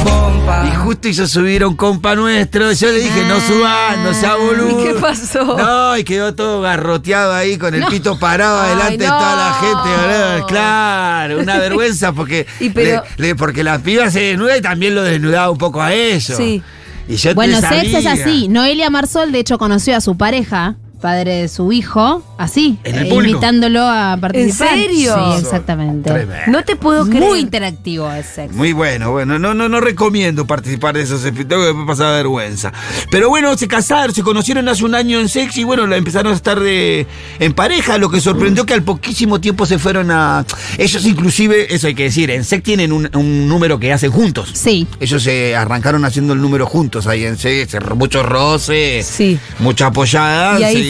Speaker 2: Y, y justo hizo subir a un compa nuestro. Yo le dije,
Speaker 6: Ah.
Speaker 2: no subas, no sea boludo.
Speaker 1: ¿Y qué pasó?
Speaker 2: No, y quedó todo garroteado ahí con el
Speaker 6: No.
Speaker 2: pito parado
Speaker 1: Ay,
Speaker 2: delante de
Speaker 1: no.
Speaker 2: toda la gente, boludo. Claro, una vergüenza porque,
Speaker 1: [laughs] Y pero-
Speaker 2: le- le- porque la piba se desnuda y también lo desnudaba un poco a ellos.
Speaker 1: Sí.
Speaker 2: Y yo te
Speaker 6: Bueno, sex
Speaker 2: sabía.
Speaker 6: es así. Noelia Marsol, de hecho, conoció a su pareja, padre de su hijo, así,
Speaker 2: En el
Speaker 6: eh,
Speaker 2: público.
Speaker 6: invitándolo a participar.
Speaker 1: serio?
Speaker 6: Sí, exactamente.
Speaker 2: Tremendo.
Speaker 1: No te puedo creer.
Speaker 6: Muy interactivo es sex.
Speaker 2: Muy bueno, bueno, no, no, no recomiendo participar de esos espectáculos, después pasa vergüenza. Pero bueno, se casaron, se conocieron hace un año en sex y bueno, la- empezaron a estar de- en pareja, lo que sorprendió que al poquísimo tiempo se fueron a... Ellos inclusive, eso hay que decir, en sex tienen un, un número que hacen juntos.
Speaker 6: Sí.
Speaker 2: Ellos se arrancaron haciendo el número juntos ahí en sex, muchos roces,
Speaker 1: Sí.
Speaker 2: mucha apoyada.
Speaker 1: Y ahí fue.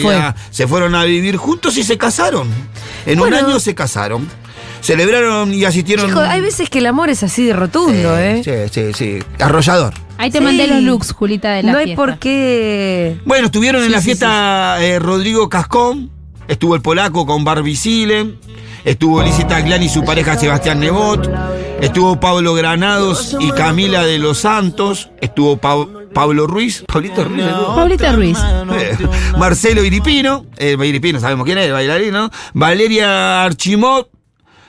Speaker 2: Se fueron a vivir juntos y se casaron. En
Speaker 1: Bueno.
Speaker 2: un año se casaron. Celebraron y asistieron.
Speaker 1: Hijo, hay veces que el amor es así de rotundo, ¿eh?
Speaker 2: Sí, sí, sí. Arrollador.
Speaker 6: Ahí te
Speaker 1: Sí.
Speaker 6: mandé los looks, Julita, de la
Speaker 1: No hay
Speaker 6: fiesta.
Speaker 1: por qué.
Speaker 2: Bueno, estuvieron en
Speaker 1: Sí,
Speaker 2: la
Speaker 1: sí,
Speaker 2: fiesta eh, Rodrigo Cascón, estuvo el polaco con Barbie Silen, estuvo Lizzie Tagliani y su pareja Sebastián Nebot, estuvo Pablo Granados y Camila de los Santos, estuvo Pa- Pablo Ruiz, Pablito Ruiz, ¿le digo?
Speaker 6: Pablito Ruiz.
Speaker 2: Eh, Marcelo Iripino, eh, Iripino sabemos quién es, el bailarín, ¿no? Valeria Archimot,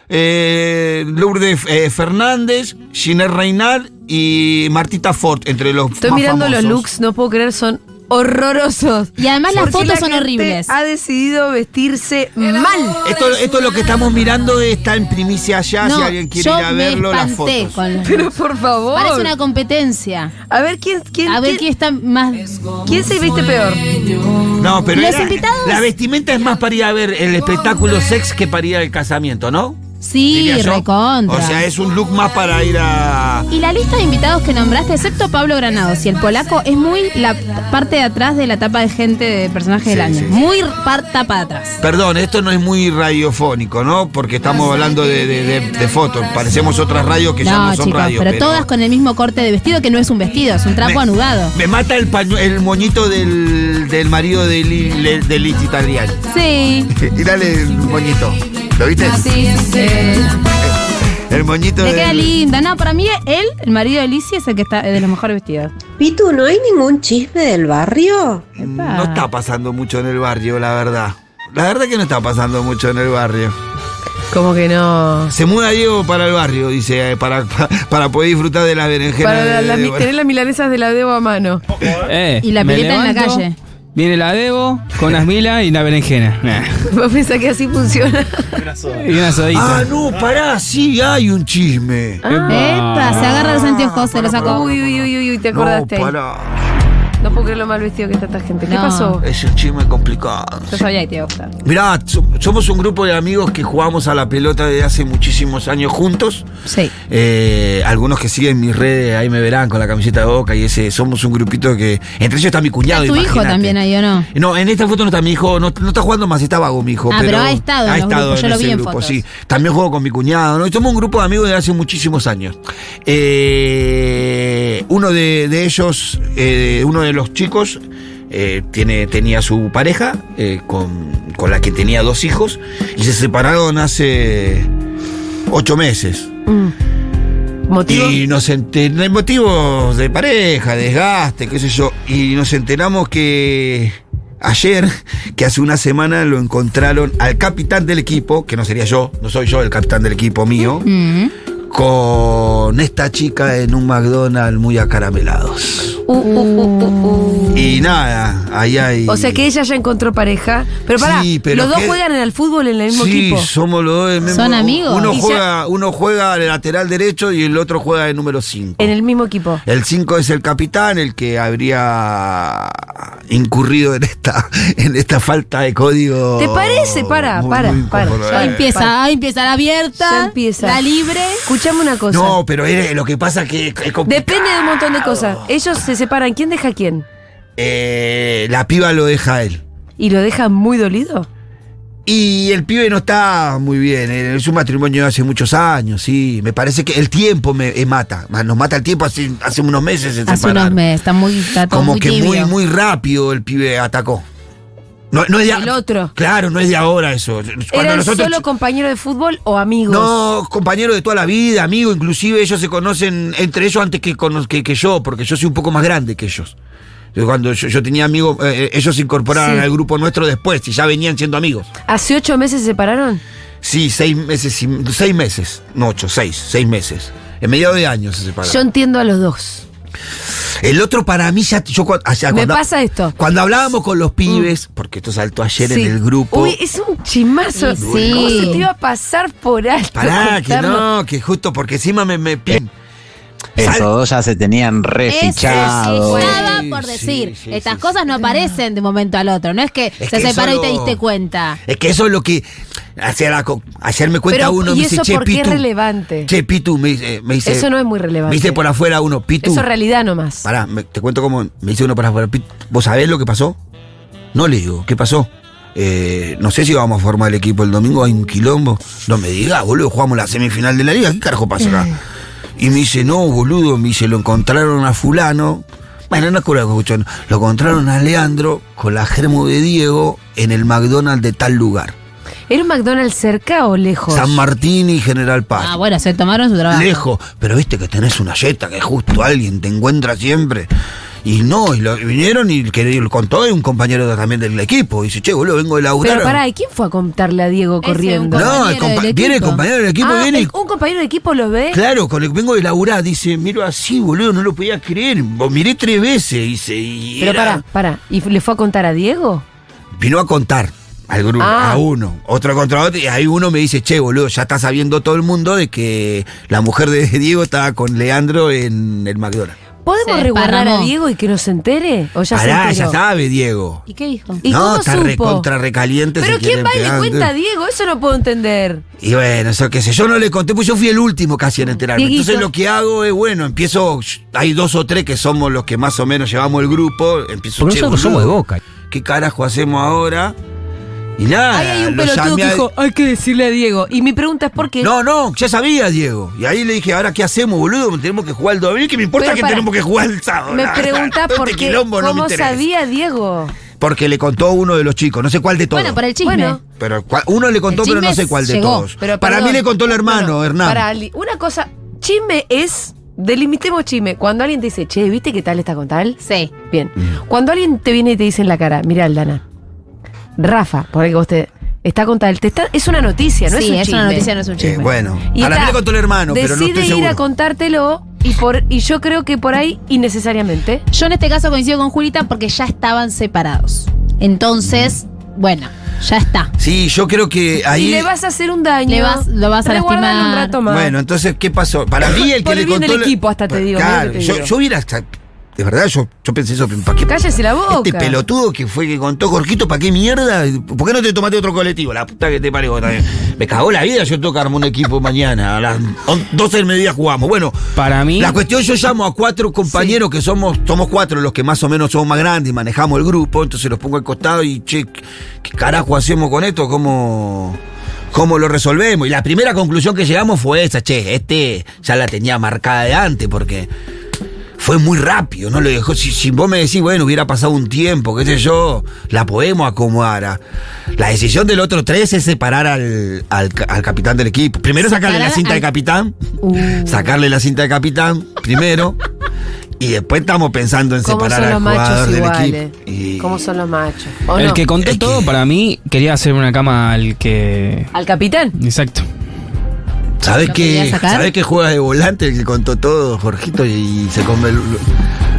Speaker 2: eh, Lourdes eh, Fernández, Ginés Reinal y Martita Fort, entre los
Speaker 1: Estoy
Speaker 2: más
Speaker 1: mirando los
Speaker 2: famosos.
Speaker 1: looks, no puedo creer, son horrorosos.
Speaker 6: Y además las
Speaker 1: Porque
Speaker 6: fotos
Speaker 1: la
Speaker 6: son
Speaker 1: gente
Speaker 6: horribles.
Speaker 1: Ha decidido vestirse
Speaker 6: [laughs]
Speaker 1: mal.
Speaker 2: Esto, esto es lo que estamos mirando, está en primicia allá, Ah, si
Speaker 6: No,
Speaker 2: alguien quiere
Speaker 6: yo
Speaker 2: ir a
Speaker 6: me
Speaker 2: verlo, las
Speaker 6: espanté
Speaker 1: [laughs]
Speaker 2: fotos.
Speaker 6: con los
Speaker 1: Pero
Speaker 6: looks.
Speaker 1: por favor.
Speaker 6: Parece una competencia.
Speaker 1: A ver quién, quién,
Speaker 6: A ver
Speaker 1: quién,
Speaker 6: quién está más.
Speaker 1: quién se viste peor.
Speaker 2: No, pero
Speaker 6: Los
Speaker 2: era-
Speaker 6: invitados-
Speaker 2: la vestimenta es más para ir a ver el espectáculo sex que para ir al casamiento, ¿no?
Speaker 6: Sí,
Speaker 2: Diría yo.
Speaker 6: recontra.
Speaker 2: O sea, es un look más para ir a...
Speaker 6: Y la lista de invitados que nombraste, excepto Pablo Granados y el polaco, es muy la parte de atrás de la tapa de gente de personaje del
Speaker 2: Sí,
Speaker 6: año.
Speaker 2: sí, sí.
Speaker 6: Muy par- tapa de atrás.
Speaker 2: Perdón, esto no es muy radiofónico, ¿no? Porque estamos hablando de, de- de- de fotos, parecemos otras radios que ya no
Speaker 6: No,
Speaker 2: son
Speaker 6: chicos,
Speaker 2: radios.
Speaker 6: pero, todas con el mismo corte de vestido que no es un vestido, es un trapo
Speaker 2: Me-
Speaker 6: anudado.
Speaker 2: Me mata el, pañu- el moñito del, del marido de, Li- le- de Liz Italiani.
Speaker 6: Sí.
Speaker 2: Dale el moñito. ¿Lo viste?
Speaker 6: Ah, Sí,
Speaker 2: El moñito
Speaker 6: Me
Speaker 2: del-
Speaker 6: queda linda. No, para mí él, el marido de Lizzie, es el que está de los mejores vestidos.
Speaker 8: Pitu, ¿no hay ningún chisme del barrio?
Speaker 6: Epa.
Speaker 2: No está pasando mucho en el barrio, la verdad. La verdad que no está pasando mucho en el barrio.
Speaker 1: Como que no.
Speaker 2: Se muda Diego para el barrio, dice, eh, para, [laughs] pa- para poder disfrutar de las berenjenas.
Speaker 1: Para la-
Speaker 2: de-
Speaker 1: las
Speaker 2: de-
Speaker 1: mi- tener las milanesas de la debo a mano. [laughs]
Speaker 3: Eh,
Speaker 6: Y la
Speaker 3: me
Speaker 6: pileta en la
Speaker 3: levanto,
Speaker 6: calle.
Speaker 3: Viene la Debo con las milas y la berenjena. Nah.
Speaker 1: Vos pensás que así funciona.
Speaker 3: Y una sodita.
Speaker 2: Ah, no, pará, sí hay un chisme.
Speaker 1: Ah.
Speaker 6: Epa, se agarra los anteojos, se los sacó.
Speaker 1: Uy, uy, uy, uy, uy, te
Speaker 2: No,
Speaker 1: acordaste. ahí. No,
Speaker 2: pará.
Speaker 1: puedo creer lo mal vestido que está esta gente. ¿Qué
Speaker 6: No.
Speaker 1: pasó?
Speaker 2: Es un chisme complicado.
Speaker 6: Yo sabía que te iba a gustar.
Speaker 2: Mirá, so- somos un grupo de amigos que jugamos a la pelota desde hace muchísimos años juntos.
Speaker 6: Sí.
Speaker 2: Eh, algunos que siguen mis redes, ahí me verán con la camiseta de boca y ese. Somos un grupito que. Entre ellos está mi cuñado.
Speaker 6: Está tu hijo
Speaker 2: imagínate.
Speaker 6: también ahí, ¿o no?
Speaker 2: No, en esta foto no está mi hijo, no, no está jugando más, está vago mi hijo.
Speaker 6: Ah, pero ha estado en los grupos, yo lo vi en fotos.
Speaker 2: sí. También juego con mi cuñado, ¿no? Y Somos un grupo de amigos de hace muchísimos años. Eh, uno de, de ellos, eh, uno de los chicos, eh, tiene, tenía su pareja, eh, con, con la que tenía dos hijos, y se separaron hace ocho meses.
Speaker 1: ¿Motivo?
Speaker 2: Y nos enteramos, motivos de pareja, desgaste, qué sé yo, y nos enteramos que ayer, que hace una semana lo encontraron al capitán del equipo, que no sería yo, no soy yo el capitán del equipo mío,
Speaker 6: Mm.
Speaker 2: con esta chica en un McDonald's muy acaramelados.
Speaker 1: Uh, uh, uh, uh, uh.
Speaker 2: Y nada, ahí hay.
Speaker 1: O sea que ella ya encontró pareja. Pero pará,
Speaker 2: Sí, pero
Speaker 1: los dos
Speaker 2: qué-
Speaker 1: juegan al fútbol en el mismo
Speaker 2: sí,
Speaker 1: equipo.
Speaker 2: somos los dos del mismo-
Speaker 6: ¿Son amigos?
Speaker 2: Uno
Speaker 1: Y ya-
Speaker 2: juega, uno juega de lateral derecho y el otro juega de número 5.
Speaker 1: En el mismo equipo.
Speaker 2: El 5 es el capitán, el que habría incurrido en esta, [laughs] en esta falta de código.
Speaker 1: ¿Te parece? Para,
Speaker 2: Muy-
Speaker 1: para,
Speaker 2: muy
Speaker 1: para.
Speaker 2: incómodo,
Speaker 1: Ya
Speaker 2: eh.
Speaker 6: Empieza, ahí empieza la abierta.
Speaker 1: Ya empieza.
Speaker 6: La libre.
Speaker 1: Escuchame una cosa.
Speaker 2: No, pero era- lo que pasa es que es complicado.
Speaker 1: Depende de un montón de cosas. Ellos se separan. ¿Quién deja a quién?
Speaker 2: Eh, la piba lo deja a él.
Speaker 1: ¿Y lo dejan muy dolido?
Speaker 2: Y el pibe no está muy bien. eh, Es un matrimonio de hace muchos años, sí. Me parece que el tiempo me eh, mata. ma- Nos mata el tiempo hace, hace unos meses. se
Speaker 6: Hace unos
Speaker 2: separaron.
Speaker 6: meses, está muy, está todo
Speaker 2: Como
Speaker 6: muy
Speaker 2: que
Speaker 6: tibio.
Speaker 2: muy, muy rápido el pibe atacó. No, no es de a-
Speaker 1: El otro.
Speaker 2: Claro, no es de ahora eso. Cuando
Speaker 1: ¿Eran
Speaker 2: nosotros-
Speaker 1: solo compañeros de fútbol o amigos?
Speaker 2: No, compañero de toda la vida, amigo, inclusive ellos se conocen entre ellos antes que, cono- que, que yo, porque yo soy un poco más grande que ellos. Yo Cuando yo, yo tenía amigos, eh, eh, ellos se incorporaron
Speaker 1: Sí.
Speaker 2: al grupo nuestro después y ya venían siendo amigos.
Speaker 1: ¿Hace ocho meses se separaron?
Speaker 2: Sí, seis meses, y- seis meses, no ocho, seis, seis meses. En mediados de años se separaron.
Speaker 1: Yo entiendo a los dos.
Speaker 2: El otro para mí ya, yo cua- o sea,
Speaker 1: Me
Speaker 2: cuando,
Speaker 1: pasa esto. Mm.
Speaker 2: cuando hablábamos con los pibes, porque esto saltó ayer
Speaker 1: Sí.
Speaker 2: en el grupo.
Speaker 1: Uy, es un chimazo.
Speaker 6: Sí,
Speaker 1: ¿Cómo
Speaker 6: sí.
Speaker 1: se te iba a pasar por alto?
Speaker 2: Pará, que
Speaker 1: contarlo?
Speaker 2: no, que justo porque encima me, me pin-
Speaker 4: Esos dos ya se tenían
Speaker 6: Eso
Speaker 4: refichado.
Speaker 6: sí, estaba por
Speaker 2: Sí,
Speaker 6: decir.
Speaker 2: sí,
Speaker 6: Estas
Speaker 2: sí,
Speaker 6: cosas no aparecen de un momento al otro. No es que
Speaker 2: Es
Speaker 6: se
Speaker 2: que eso
Speaker 6: separó y te
Speaker 2: lo-
Speaker 6: diste cuenta. Ah,
Speaker 2: Es que eso es lo que. Ayer, la co- ayer me cuenta
Speaker 1: Pero,
Speaker 2: uno,
Speaker 1: ¿y
Speaker 2: me dice,
Speaker 1: eso
Speaker 2: che,
Speaker 1: por qué es
Speaker 2: Pitu.
Speaker 1: relevante?
Speaker 2: Che, Pitu, me dice. Me dice
Speaker 1: Eso no es muy relevante.
Speaker 2: Me dice por afuera uno, Pitu.
Speaker 1: Eso es realidad nomás.
Speaker 2: Pará, me- te cuento cómo. Me dice uno por afuera, Pitu, ¿vos sabés lo que pasó? No le digo, ¿qué pasó? Eh, no sé si vamos a formar el equipo el domingo, hay un quilombo. No me digas, boludo, jugamos la semifinal de la liga, ¿qué carajo pasa acá?
Speaker 1: Eh.
Speaker 2: Y me dice, no, boludo, me dice, lo encontraron a fulano. Bueno, no es cura que escuchó, no. Lo encontraron a Leandro con la germo de Diego en el McDonald's de tal lugar.
Speaker 1: ¿Era un McDonald's cerca o lejos?
Speaker 2: San Martín y General Paz.
Speaker 6: Ah, bueno, se tomaron su trabajo.
Speaker 2: Lejos, pero viste que tenés una yeta que justo alguien te encuentra siempre. Y no, y lo- y vinieron y el que le contó es un compañero también del equipo. Y dice, che, boludo, vengo de laburar.
Speaker 1: Pero pará, ¿y quién fue a contarle a Diego
Speaker 6: Ese, un
Speaker 1: corriendo?
Speaker 2: no, el
Speaker 6: compañero
Speaker 2: compa-
Speaker 6: del
Speaker 2: viene el
Speaker 6: equipo.
Speaker 2: compañero del equipo,
Speaker 1: Ah,
Speaker 2: viene y-
Speaker 1: el- un compañero de equipo los ve.
Speaker 2: Claro, con el- vengo de laburar, dice, miro así, boludo, no lo podía creer. Lo miré tres veces, dice, y
Speaker 1: Pero
Speaker 2: era-
Speaker 1: pará, pará. ¿Y le fue a contar a Diego?
Speaker 2: vino a contar al grupo,
Speaker 1: Ah.
Speaker 2: a uno, otro contra otro, y ahí uno me dice, che, boludo, ya está sabiendo todo el mundo de que la mujer de [laughs] Diego estaba con Leandro en el McDonald's.
Speaker 1: ¿Podemos
Speaker 6: Se
Speaker 1: regular a
Speaker 6: desparramó.
Speaker 1: Diego y que nos entere? ¿O ya
Speaker 2: Pará,
Speaker 1: se
Speaker 2: ya
Speaker 1: enteró?
Speaker 2: sabe, Diego.
Speaker 6: ¿Y qué dijo?
Speaker 1: ¿Y
Speaker 2: no,
Speaker 1: cómo
Speaker 2: está
Speaker 1: supo?
Speaker 2: recontra recaliente.
Speaker 1: Pero
Speaker 2: se
Speaker 1: ¿quién
Speaker 2: quieren
Speaker 1: va y le
Speaker 2: pegar.
Speaker 1: cuenta a Diego? Eso no puedo entender.
Speaker 2: Y bueno, eso qué sé. Yo no le conté, pues yo fui el último casi en enterarme.
Speaker 1: Dieguito.
Speaker 2: Entonces lo que hago es, bueno, empiezo. Hay dos o tres que somos los que más o menos llevamos el grupo. Empiezo
Speaker 4: Porque
Speaker 2: che,
Speaker 4: nosotros
Speaker 2: boludo,
Speaker 4: somos de boca.
Speaker 2: ¿Qué carajo hacemos ahora? Y nada.
Speaker 1: Ahí hay un
Speaker 2: Ah, lo
Speaker 1: pelotudo
Speaker 2: llamé
Speaker 1: que
Speaker 2: a-
Speaker 1: dijo, hay que decirle a Diego. Y mi pregunta es por qué.
Speaker 2: No, no, ya sabía, Diego. Y ahí le dije, ¿ahora qué hacemos, boludo? Tenemos que jugar el domingo. ¿Qué me importa
Speaker 1: Pero
Speaker 2: que
Speaker 1: pará.
Speaker 2: tenemos que jugar el sábado?
Speaker 1: me
Speaker 2: Nada,
Speaker 1: pregunta
Speaker 2: todo
Speaker 1: por
Speaker 2: este
Speaker 1: qué.
Speaker 2: quilombo no me
Speaker 1: ¿Cómo
Speaker 2: interesa.
Speaker 1: sabía Diego?
Speaker 2: Porque le contó uno de los chicos, no sé cuál de todos.
Speaker 6: Bueno, por el chisme.
Speaker 1: Bueno.
Speaker 2: Pero cua- uno le contó,
Speaker 6: El
Speaker 2: pero no
Speaker 6: chisme
Speaker 2: sé cuál de
Speaker 6: llegó,
Speaker 2: todos.
Speaker 1: Pero,
Speaker 2: para
Speaker 1: perdón.
Speaker 2: mí le contó el hermano,
Speaker 1: Bueno,
Speaker 2: Hernán.
Speaker 1: Para, Ali, una cosa, chisme es, delimitemos chisme. Cuando alguien te dice, che, ¿viste qué tal está con tal?
Speaker 6: Sí.
Speaker 1: Bien. Cuando alguien te viene y te dice en la cara, mira, Aldana, Rafa, por el que usted está con tal, te está, es una noticia, no
Speaker 6: sí,
Speaker 1: es un chisme.
Speaker 6: una noticia, no es un
Speaker 2: Eh,
Speaker 6: chisme.
Speaker 2: bueno,
Speaker 1: Y
Speaker 2: para
Speaker 1: está,
Speaker 2: mí le contó el hermano, pero no
Speaker 1: decide
Speaker 2: estoy
Speaker 1: ir
Speaker 2: seguro.
Speaker 1: a contártelo y, por, y yo creo que por ahí, innecesariamente.
Speaker 6: Yo en este caso coincido con Julita porque ya estaban separados. Entonces, bueno, ya está.
Speaker 2: Sí, yo creo que ahí.
Speaker 1: y le vas a hacer un daño.
Speaker 6: Le vas- lo vas a
Speaker 1: resguardalo
Speaker 6: lastimar.
Speaker 1: un rato más.
Speaker 2: Bueno, entonces, ¿qué pasó? Para mí el que
Speaker 1: Por
Speaker 2: le
Speaker 1: el bien
Speaker 2: contó.
Speaker 1: del
Speaker 2: la-
Speaker 1: equipo, hasta te digo, mira
Speaker 2: Claro,
Speaker 1: lo que te
Speaker 2: yo,
Speaker 1: digo.
Speaker 2: yo hubiera. hasta- De verdad, yo, yo pensé eso. ¿para qué,
Speaker 1: Cállese la boca.
Speaker 2: Este pelotudo que fue que contó Jorquito, ¿para qué mierda? ¿Por qué no te tomaste otro colectivo? La puta que te parió también. Me cagó la vida, yo tengo que armar un equipo mañana. A las on- 12 del mediodía jugamos. Bueno,
Speaker 3: Para mí.
Speaker 2: La cuestión, yo llamo a cuatro compañeros que somos, somos cuatro los que más o menos somos más grandes y manejamos el grupo, entonces los pongo al costado y che, ¿qué carajo hacemos con esto? ¿Cómo, cómo lo resolvemos? Y la primera conclusión que llegamos fue esa, che, este ya la tenía marcada de antes porque fue muy rápido, no lo dejó. Si, si vos me decís, bueno, hubiera pasado un tiempo, qué sé yo, la podemos acomodar. ah. La decisión del otro tres es separar al, al ca- al capitán del equipo. Primero sacarle la
Speaker 6: Separar
Speaker 2: cinta de
Speaker 6: al-
Speaker 2: capitán, sacarle la cinta de capitán primero. Y después estamos pensando en
Speaker 1: ¿Cómo son
Speaker 2: separar al
Speaker 1: los
Speaker 2: jugador
Speaker 1: machos
Speaker 2: del
Speaker 1: iguales?
Speaker 2: equipo. Y-
Speaker 1: ¿Cómo son los machos? ¿O
Speaker 3: el
Speaker 1: no?
Speaker 3: que contó
Speaker 2: Es que-
Speaker 3: todo, para mí, quería hacer una cama al que.
Speaker 1: ¿Al capitán?
Speaker 3: Exacto.
Speaker 2: ¿Sabes
Speaker 6: ¿Lo
Speaker 2: que,
Speaker 6: quería sacar?
Speaker 2: ¿Sabes que juega de volante el que contó todo, Jorgito, y se come el...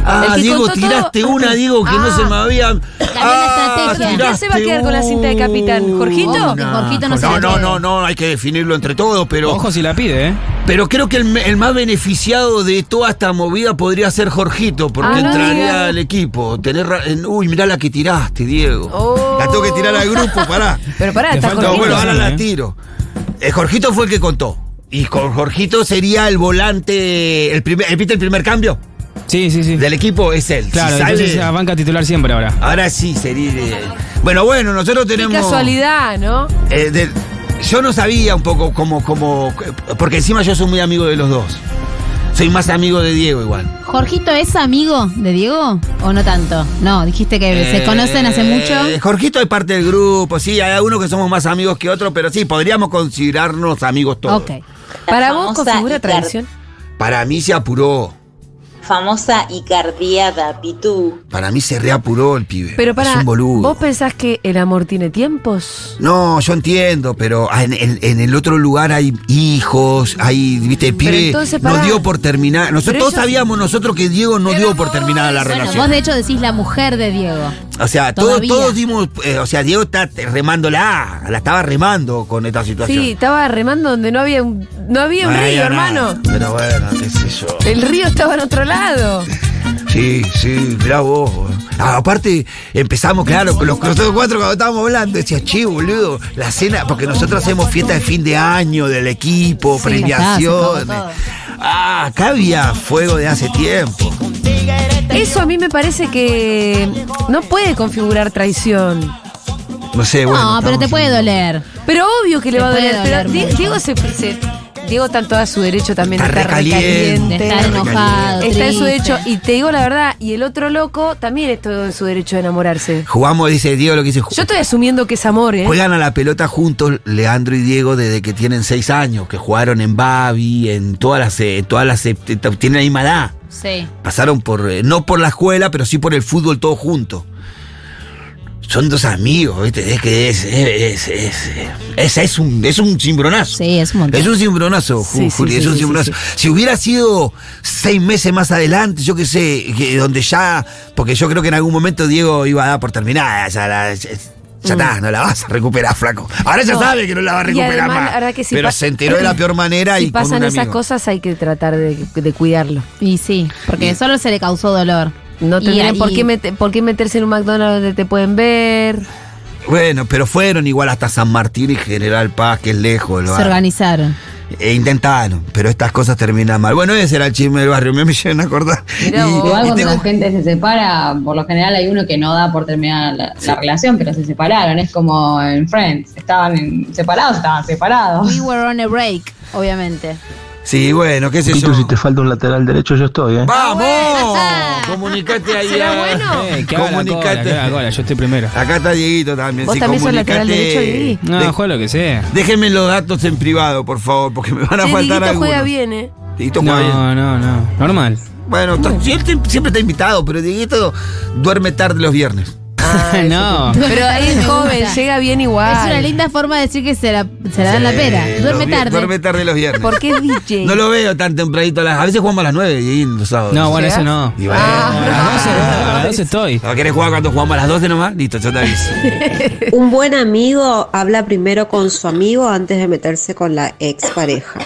Speaker 2: Ah,
Speaker 1: El que
Speaker 2: Diego,
Speaker 1: contó
Speaker 2: tiraste
Speaker 1: todo.
Speaker 2: una, Diego, que no
Speaker 1: Ah.
Speaker 2: se me había... Ah,
Speaker 6: estrategia.
Speaker 1: ¿Quién se va a quedar con la cinta de capitán? ¿Jorgito?
Speaker 6: Que Jorgito no se
Speaker 2: no,
Speaker 6: la
Speaker 2: no,
Speaker 6: quede.
Speaker 2: no, no, hay que definirlo entre todos, pero...
Speaker 3: Ojo si la pide, ¿eh?
Speaker 2: Pero creo que el, me- el más beneficiado de toda esta movida podría ser Jorgito, porque
Speaker 1: Ah, no
Speaker 2: entraría
Speaker 1: digas.
Speaker 2: al equipo. Tenés ra- en- uy, mirá la que tiraste, Diego.
Speaker 1: Oh.
Speaker 2: La tengo que tirar al grupo, pará.
Speaker 1: Pero pará,
Speaker 3: Le
Speaker 1: está
Speaker 3: falta-
Speaker 2: No,
Speaker 1: Jorgito.
Speaker 2: bueno, ahora
Speaker 3: sí,
Speaker 2: la
Speaker 3: eh.
Speaker 2: tiro. Eh, Jorgito fue el que contó. Y con Jorgito sería el volante, el primer, ¿viste el primer cambio?
Speaker 3: Sí, sí, sí.
Speaker 2: Del equipo es él. Si
Speaker 3: Claro,
Speaker 2: sale-
Speaker 3: entonces la banca titular siempre ahora.
Speaker 2: ahora sí sería. eh, Bueno, bueno, nosotros
Speaker 1: Qué
Speaker 2: tenemos.
Speaker 1: casualidad, ¿no?
Speaker 2: Eh, de- yo no sabía un poco cómo, cómo. Porque encima yo soy muy amigo de los dos. Soy más amigo de Diego igual.
Speaker 6: ¿Jorgito es amigo de Diego o no tanto? No, dijiste que se
Speaker 2: Eh,
Speaker 6: conocen hace mucho.
Speaker 2: Jorgito es parte del grupo, sí, hay algunos que somos más amigos que otros, pero sí, podríamos considerarnos amigos todos.
Speaker 6: Ok.
Speaker 1: Para vos
Speaker 9: famosa
Speaker 1: configura
Speaker 9: Icar-
Speaker 1: traición.
Speaker 2: Para mí se apuró.
Speaker 9: Famosa icardiada, Pitú.
Speaker 2: Para mí se reapuró el pibe.
Speaker 1: Pero
Speaker 2: es
Speaker 1: para,
Speaker 2: un boludo.
Speaker 1: ¿vos pensás que el amor tiene tiempos?
Speaker 2: No, yo entiendo, pero ah, en, en- en el otro lugar hay hijos, hay, viste, el
Speaker 1: Pero
Speaker 2: pibe
Speaker 1: entonces,
Speaker 2: no
Speaker 1: pará.
Speaker 2: dio por terminar. Nosotros
Speaker 1: Pero
Speaker 2: todos
Speaker 1: ellos-
Speaker 2: sabíamos nosotros que Diego no dio por terminada la
Speaker 6: Bueno,
Speaker 2: relación.
Speaker 6: vos de hecho decís la mujer de Diego.
Speaker 2: O sea, todos,
Speaker 6: Todavía.
Speaker 2: todos dimos, eh, o sea, Diego está te- remándola, ah, la estaba remando con esta situación.
Speaker 1: Sí, estaba remando donde no había un, no había un
Speaker 2: No
Speaker 1: río,
Speaker 2: había nada,
Speaker 1: hermano.
Speaker 2: Pero bueno, qué sé yo.
Speaker 1: El río estaba en otro lado.
Speaker 2: Sí, sí, mirá vos. Ah, aparte, empezamos, claro, con los nosotros cuatro cuando estábamos hablando, decía, che, boludo, la cena, porque nosotros hacemos fiesta de fin de año del equipo,
Speaker 6: Sí,
Speaker 2: premiaciones.
Speaker 6: ya está,
Speaker 2: Ah, acá había fuego de hace tiempo.
Speaker 1: Eso a mí me parece que no puede configurar traición.
Speaker 2: No sé, bueno.
Speaker 6: no, pero
Speaker 2: estamos-
Speaker 6: te puede doler.
Speaker 1: Pero obvio que le
Speaker 6: Te
Speaker 1: va a
Speaker 6: puede
Speaker 1: doler. Pero
Speaker 6: doler
Speaker 1: Di-
Speaker 6: mucho.
Speaker 1: Diego se, se- Diego está en todo su derecho también
Speaker 2: Está
Speaker 1: de estar
Speaker 2: recaliente.
Speaker 6: De
Speaker 1: recaliente.
Speaker 6: estar
Speaker 2: Está
Speaker 6: enojado.
Speaker 1: Está en su
Speaker 6: triste.
Speaker 1: derecho. Y te digo la verdad, y el otro loco también está en su derecho de enamorarse.
Speaker 2: Jugamos, dice Diego, lo que dice. ju-
Speaker 1: Yo estoy asumiendo que es amor, ¿eh?
Speaker 2: Juegan a la pelota juntos Leandro y Diego desde que tienen seis años, que jugaron en Babi, en todas las, eh, en todas las, eh, tienen la misma edad.
Speaker 6: Sí.
Speaker 2: pasaron por, eh, no por la escuela, pero sí por el fútbol todos juntos. Son dos amigos, ¿viste? Es que es, es, es, es, es- es un, es un cimbronazo.
Speaker 6: Sí, es un montón.
Speaker 2: Es un cimbronazo, Ju-
Speaker 1: Sí, sí,
Speaker 2: Juli,
Speaker 1: sí,
Speaker 2: es un
Speaker 1: sí,
Speaker 2: cimbronazo.
Speaker 1: sí,
Speaker 2: Si hubiera sido seis meses más adelante, yo qué sé, que donde ya, porque yo creo que en algún momento Diego iba a dar por terminada, ya la- ya- ya está, no la vas a recuperar, flaco. Ahora ya
Speaker 1: Mm. No.
Speaker 2: sabe que no la va a
Speaker 1: Y
Speaker 2: recuperar
Speaker 1: además,
Speaker 2: más.
Speaker 1: la verdad que si
Speaker 2: pero
Speaker 1: pa-
Speaker 2: se enteró de la peor manera y
Speaker 1: Si
Speaker 2: con un
Speaker 1: pasan esas
Speaker 2: amigo.
Speaker 1: cosas hay que tratar de, de cuidarlo.
Speaker 6: Y sí, porque solo se le causó dolor.
Speaker 1: No
Speaker 6: Y
Speaker 1: tendrían
Speaker 6: ahí-
Speaker 1: por, qué mete- por qué meterse en un McDonald's donde te pueden ver.
Speaker 2: Bueno, pero fueron igual hasta San Martín y General Paz, que es lejos.
Speaker 6: Se
Speaker 2: el barrio.
Speaker 6: organizaron.
Speaker 2: E intentaron, pero estas cosas terminan mal. Bueno, ese era el chisme del barrio, me me llegan a acordar.
Speaker 1: Mirá vos.
Speaker 2: y
Speaker 10: Igual cuando
Speaker 2: tengo-
Speaker 10: la gente se separa, por lo general hay uno que no da por terminada la, la relación, pero se separaron. Es como en Friends. Estaban en- separados, estaban separados.
Speaker 6: Oh. We were on a break, obviamente.
Speaker 2: Sí, bueno, qué sé yo.
Speaker 4: Pitu, si te falta un lateral derecho, yo estoy, ¿eh?
Speaker 2: ¡Vamos! Comunicate ahí.
Speaker 1: ¿Será
Speaker 2: a- [laughs]
Speaker 1: bueno?
Speaker 3: Eh, que haga la cola, que haga la cola, yo estoy primero.
Speaker 2: Acá está Dieguito también.
Speaker 1: ¿Vos
Speaker 2: sí,
Speaker 1: también sos
Speaker 2: comunicate.
Speaker 1: lateral derecho, Diegui?
Speaker 3: No,
Speaker 2: De-
Speaker 3: juega lo que sea.
Speaker 2: Déjenme los datos en privado, por favor, porque me van a
Speaker 1: Che,
Speaker 2: faltar
Speaker 1: Dieguito
Speaker 2: algunos.
Speaker 1: juega bien, ¿eh?
Speaker 2: Dieguito juega bien.
Speaker 3: No, no, no. Normal.
Speaker 2: Bueno, to- siempre, siempre está invitado, pero Dieguito duerme tarde los viernes.
Speaker 1: Ah,
Speaker 3: [laughs] no.
Speaker 1: Pero es
Speaker 6: Me
Speaker 1: joven,
Speaker 6: gusta.
Speaker 1: llega bien igual.
Speaker 6: Es una linda forma de decir que se la, se la dan la
Speaker 2: Eh,
Speaker 6: pera.
Speaker 2: los
Speaker 6: Duerme
Speaker 2: vi-
Speaker 6: tarde.
Speaker 2: Duerme tarde los viernes.
Speaker 1: Porque es DJ.
Speaker 2: [laughs] No lo veo tan tempranito. A, las- a veces jugamos a las 9 y los sábados.
Speaker 3: No, Ah. bueno, eso no.
Speaker 2: Y bueno,
Speaker 6: Ah.
Speaker 3: A las 12, a las 12 estoy.
Speaker 2: ¿No querés jugar cuando jugamos a las 12 nomás? Listo, yo te aviso.
Speaker 8: Un buen amigo habla primero con su amigo antes de meterse con la expareja.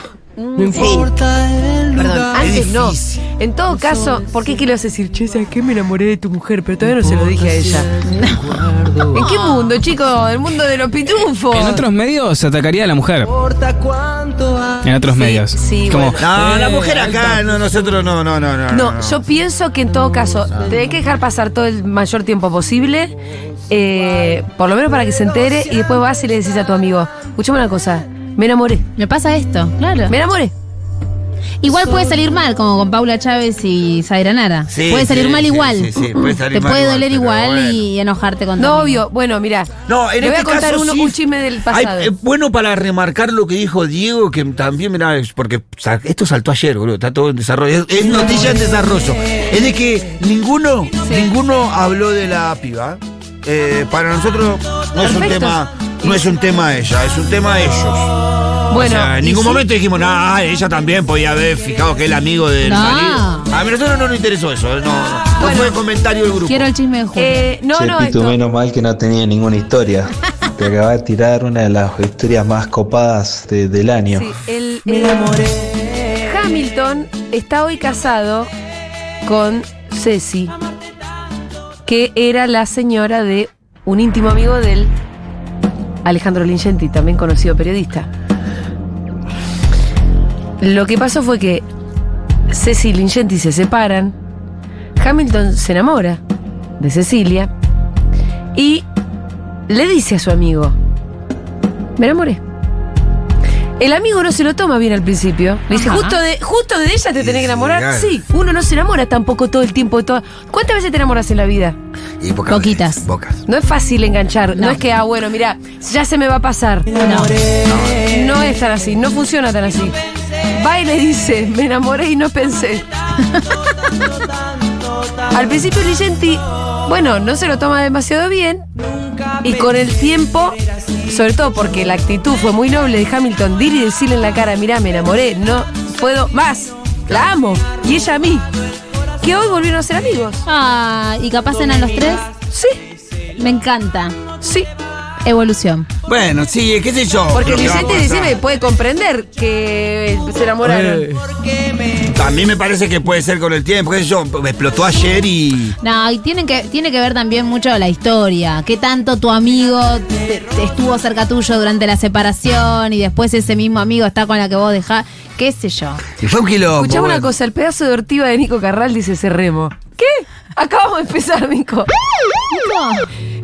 Speaker 1: Perdón, antes
Speaker 2: Es
Speaker 1: no.
Speaker 2: difícil.
Speaker 1: En todo caso, ¿por qué quiero decir, che, ¿sabes qué? Me enamoré de tu mujer, pero todavía no se lo dije a ella. ¿En qué mundo, chicos? El mundo de los pitufos.
Speaker 3: En otros medios atacaría a la mujer. En otros
Speaker 1: Sí,
Speaker 3: medios.
Speaker 1: sí,
Speaker 3: Como,
Speaker 1: bueno.
Speaker 2: No,
Speaker 3: eh,
Speaker 2: la mujer acá, no, nosotros no, no, no, no.
Speaker 1: No, yo pienso que en todo caso, tenés que dejar pasar todo el mayor tiempo posible, eh, por lo menos para que se entere, y después vas y le decís a tu amigo, escuchame una cosa, me enamoré,
Speaker 6: Me pasa esto, claro.
Speaker 1: me enamoré.
Speaker 6: Igual puede salir mal, como con Paula Chávez y Zaira Nara.
Speaker 2: Sí,
Speaker 6: puede salir
Speaker 2: sí,
Speaker 6: mal
Speaker 2: sí,
Speaker 6: igual.
Speaker 2: sí, sí, puede salir
Speaker 6: Te
Speaker 2: mal
Speaker 6: puede
Speaker 2: igual,
Speaker 6: doler
Speaker 2: pero
Speaker 6: igual
Speaker 2: bueno.
Speaker 6: y enojarte con tu
Speaker 1: No,
Speaker 6: amigo.
Speaker 1: obvio, bueno, mirá,
Speaker 2: No, en
Speaker 1: le voy
Speaker 2: este
Speaker 1: a contar
Speaker 2: caso
Speaker 1: uno-
Speaker 2: sí.
Speaker 1: un chisme del pasado.
Speaker 2: Ay, eh, bueno, para remarcar lo que dijo Diego, que también, mirá, es porque sa- esto saltó ayer, boludo, está todo en desarrollo. Es, es noticia en desarrollo. Es de que ninguno, ninguno habló de la piba. Eh, para nosotros no es un
Speaker 1: Perfecto.
Speaker 2: tema, no es un tema ella, es un tema ellos.
Speaker 1: Bueno,
Speaker 11: o sea, en
Speaker 1: y
Speaker 11: ningún
Speaker 1: sí.
Speaker 11: momento dijimos,
Speaker 2: ah,
Speaker 11: nada, ella también podía haber fijado que el amigo del
Speaker 6: No.
Speaker 11: marido. A nosotros no nos interesó eso, no, no fue comentario del grupo.
Speaker 6: Quiero el chisme de Julio.
Speaker 1: Eh, no, no,
Speaker 12: Chepito,
Speaker 1: esto.
Speaker 12: menos mal que no tenía ninguna historia. Te acabas de tirar una de las historias más copadas de- del año.
Speaker 1: Sí, el, eh, Hamilton está hoy casado con Ceci, que era la señora de un íntimo amigo de él, Alejandro Lingenti, también conocido periodista. Lo que pasó fue que Ceci y Lingenti se separan, Hamilton se enamora de Cecilia y le dice a su amigo, me enamoré. El amigo no se lo toma bien al principio. Le dice,
Speaker 6: Ajá.
Speaker 1: justo de, justo de ella te tenés que enamorar.
Speaker 11: claro.
Speaker 1: Sí, uno no se enamora tampoco todo el tiempo de todo. ¿Cuántas veces te enamoras en la vida?
Speaker 11: Y pocas
Speaker 6: Poquitas.
Speaker 11: veces, Pocas.
Speaker 1: No es fácil enganchar. No,
Speaker 6: No.
Speaker 1: es que, ah, bueno, mira, ya se me va a pasar.
Speaker 6: No.
Speaker 1: No es tan así, no funciona tan así. Va y le dice, me enamoré y no pensé. [laughs] Al principio Ligenti, bueno, no se lo toma demasiado bien. Y con el tiempo, sobre todo porque la actitud fue muy noble de Hamilton, de ir y decirle en la cara, mirá, me enamoré, no puedo más, la amo. Y ella a mí. Que hoy volvieron a ser amigos.
Speaker 6: Ah, y capaz eran los tres.
Speaker 1: Sí,
Speaker 6: Me encanta.
Speaker 1: sí.
Speaker 6: Evolución.
Speaker 2: Bueno, sí, qué sé yo.
Speaker 1: Porque
Speaker 2: Lo que
Speaker 1: Ligenti,
Speaker 2: vamos a hacer.
Speaker 1: decime, puede comprender que se enamoraron.
Speaker 2: A mí me parece que puede ser con el tiempo, qué sé yo. Me explotó ayer y.
Speaker 6: No, y tienen que, tiene que ver también mucho la historia. ¿Qué tanto tu amigo te- te estuvo cerca tuyo durante la separación y después ese mismo amigo está con la que vos dejás? ¿Qué sé yo?
Speaker 2: y fue un quilombo.
Speaker 1: Escuchame una
Speaker 2: bueno.
Speaker 1: cosa, el pedazo de ortiva de Nico Carral dice cerremos. ¿Qué? Acabamos de empezar, [laughs] Nico.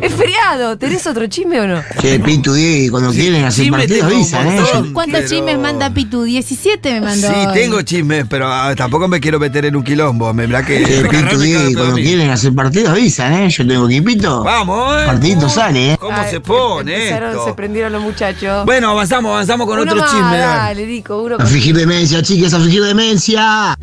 Speaker 1: Es feriado, ¿tenés otro chisme o no?
Speaker 13: Che, Pitu Diego, cuando quieren hacer
Speaker 2: chisme
Speaker 13: partidos
Speaker 2: tengo un
Speaker 13: avisan, ¿eh?
Speaker 2: montón.
Speaker 6: ¿Cuántos
Speaker 2: Pero-
Speaker 6: chismes manda Pitu? 17 me mandó.
Speaker 2: Sí,
Speaker 6: hoy.
Speaker 2: tengo chismes, pero ah, tampoco me quiero meter en un quilombo. Me verdad que.
Speaker 13: Che,
Speaker 2: me
Speaker 13: Pitu
Speaker 2: agarraron y cada
Speaker 13: Diego,
Speaker 2: pedo a
Speaker 13: cuando
Speaker 2: mí.
Speaker 13: quieren hacer partidos avisan, ¿eh? Yo tengo equipito.
Speaker 2: Vamos, eh.
Speaker 13: Partidito sale, ¿eh?
Speaker 2: ¿Cómo
Speaker 1: Ay,
Speaker 2: se pone
Speaker 1: empezaron, Se
Speaker 2: esto?
Speaker 1: prendieron los muchachos.
Speaker 2: Bueno, avanzamos, avanzamos con
Speaker 1: Uno
Speaker 2: otro
Speaker 1: más,
Speaker 2: chisme. dale.
Speaker 1: Dale, Nico, uno
Speaker 13: A
Speaker 1: con-
Speaker 13: fingir demencia, chicas, a fingir demencia.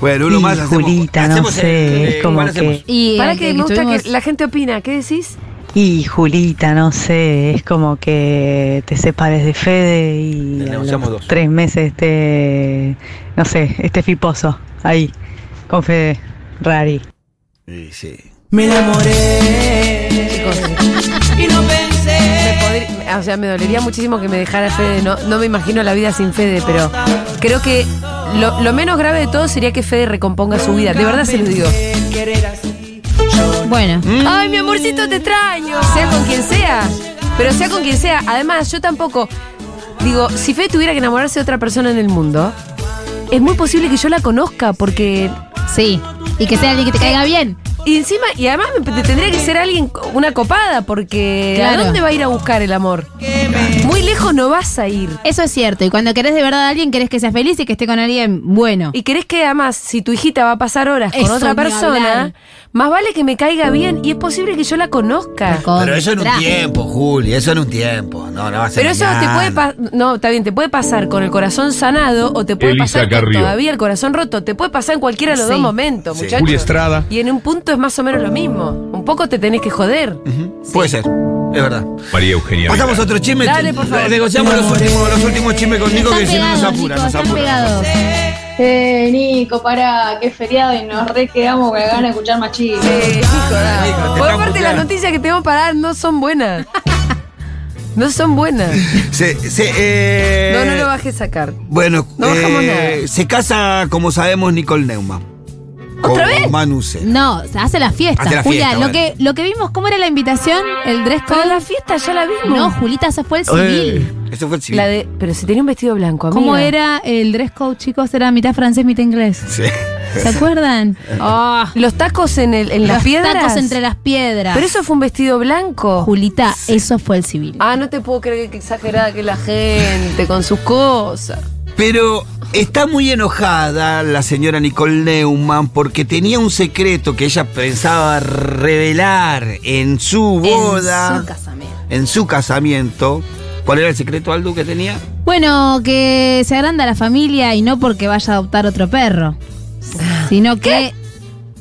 Speaker 2: Bueno, uno más. hacemos-
Speaker 14: Julita, no
Speaker 2: hacemos el-
Speaker 14: sé, es
Speaker 2: eh,
Speaker 14: como
Speaker 2: ¿cuál hacemos?
Speaker 14: que-
Speaker 6: Y
Speaker 1: Para
Speaker 6: el
Speaker 1: que, me gusta
Speaker 6: estuvimos-
Speaker 1: que la gente opina, ¿qué decís?
Speaker 14: Y Julita, no sé, es como que te separes de Fede y
Speaker 2: Le
Speaker 14: a
Speaker 2: negociamos
Speaker 14: los
Speaker 2: dos.
Speaker 14: tres meses este, no sé, este fiposo ahí con Fede Rari.
Speaker 2: Sí, sí.
Speaker 1: Chicos. Me podri- O sea, me dolería muchísimo que me dejara Fede. No, no me imagino la vida sin Fede, pero creo que lo, lo menos grave de todo sería que Fede recomponga su vida. De verdad se los digo.
Speaker 6: Bueno.
Speaker 1: Ay, mi amorcito, te extraño. Sea con quien sea. Pero sea con quien sea. Además, yo tampoco. Digo, si Fede tuviera que enamorarse de otra persona en el mundo, es muy posible que yo la conozca porque.
Speaker 6: Sí. Y que sea alguien que te caiga bien.
Speaker 1: Y encima, y además me- te- tendría que ser alguien, una copada, porque
Speaker 6: Claro.
Speaker 1: ¿a dónde va a ir a buscar el amor? Muy lejos no vas a ir.
Speaker 6: Eso es cierto. Y cuando querés de verdad a alguien, querés que sea feliz y que esté con alguien bueno.
Speaker 1: Y querés que además, si tu hijita va a pasar horas con
Speaker 6: Eso,
Speaker 1: otra
Speaker 6: ni hablar.
Speaker 1: persona, más vale que me caiga bien y es posible que yo la conozca.
Speaker 6: Con-
Speaker 11: Pero eso en un
Speaker 6: Tra-
Speaker 11: tiempo, Juli, eso en un tiempo. No, no va a ser
Speaker 1: Pero eso te
Speaker 11: mañana.
Speaker 1: puede pasar. No, está bien, te puede pasar con el corazón sanado o te puede
Speaker 15: Elisa
Speaker 1: pasar con
Speaker 15: Carrió.
Speaker 1: todavía el corazón roto. Te puede pasar en cualquiera de los
Speaker 6: Sí.
Speaker 1: dos momentos,
Speaker 11: Sí.
Speaker 1: muchachos.
Speaker 15: Julia Estrada.
Speaker 1: Y en un punto es más o menos lo mismo. Un poco te tenés que joder. [laughs] Eh,
Speaker 2: Ujú, Puede ser, es verdad.
Speaker 15: María Eugenia. Vidal.
Speaker 2: Pasamos a otro chisme.
Speaker 1: Dale, por favor.
Speaker 2: Negociamos los últimos, los últimos chismes con Nico
Speaker 6: Están
Speaker 2: que si no nos
Speaker 6: pegados,
Speaker 2: apura,
Speaker 6: chicos,
Speaker 2: nos
Speaker 6: están
Speaker 2: apura.
Speaker 6: pegados.
Speaker 10: Eh, Nico, pará, que es feriado y nos re quedamos con la gana de escuchar más chistes.
Speaker 1: Eh, hijo, da.
Speaker 2: Nico, te
Speaker 1: Por
Speaker 2: están
Speaker 1: parte, las
Speaker 2: puteando.
Speaker 1: noticias que tengo para dar no son buenas. No son buenas.
Speaker 2: Se- se, eh,
Speaker 1: No, no lo bajé a sacar.
Speaker 2: Bueno, eh,
Speaker 1: No bajamos nada.
Speaker 2: se casa, como sabemos, Nicole Neuma.
Speaker 1: ¿Otra
Speaker 2: con
Speaker 1: vez?
Speaker 2: Manuse.
Speaker 6: No, se hace la fiesta.
Speaker 2: Hace la
Speaker 6: Julia,
Speaker 2: fiesta,
Speaker 6: lo,
Speaker 2: bueno.
Speaker 6: que, lo que vimos, ¿cómo era la invitación? El dress
Speaker 1: Pero
Speaker 6: code.
Speaker 1: la fiesta ya la vimos.
Speaker 6: No, Julita, esa
Speaker 2: Eh.
Speaker 6: fue el civil.
Speaker 2: Eso fue el civil.
Speaker 1: La de, pero si tenía un vestido blanco, amiga.
Speaker 6: ¿Cómo era el dress code, chicos? Era mitad francés, mitad inglés.
Speaker 2: Sí.
Speaker 6: ¿Se acuerdan? Ah,
Speaker 1: Los tacos en, el, en las
Speaker 6: los
Speaker 1: piedras.
Speaker 6: tacos entre las piedras.
Speaker 1: Pero eso fue un vestido blanco.
Speaker 6: Julita, eso fue el civil.
Speaker 1: Ah, no te puedo creer que exagerada que la gente con sus cosas.
Speaker 2: Pero está muy enojada la señora Nicole Neumann porque tenía un secreto que ella pensaba revelar en su boda,
Speaker 6: En su casamiento.
Speaker 2: en su casamiento. ¿Cuál era el secreto, Aldo, que tenía?
Speaker 6: Bueno, que se agranda la familia y no porque vaya a adoptar otro perro, sino que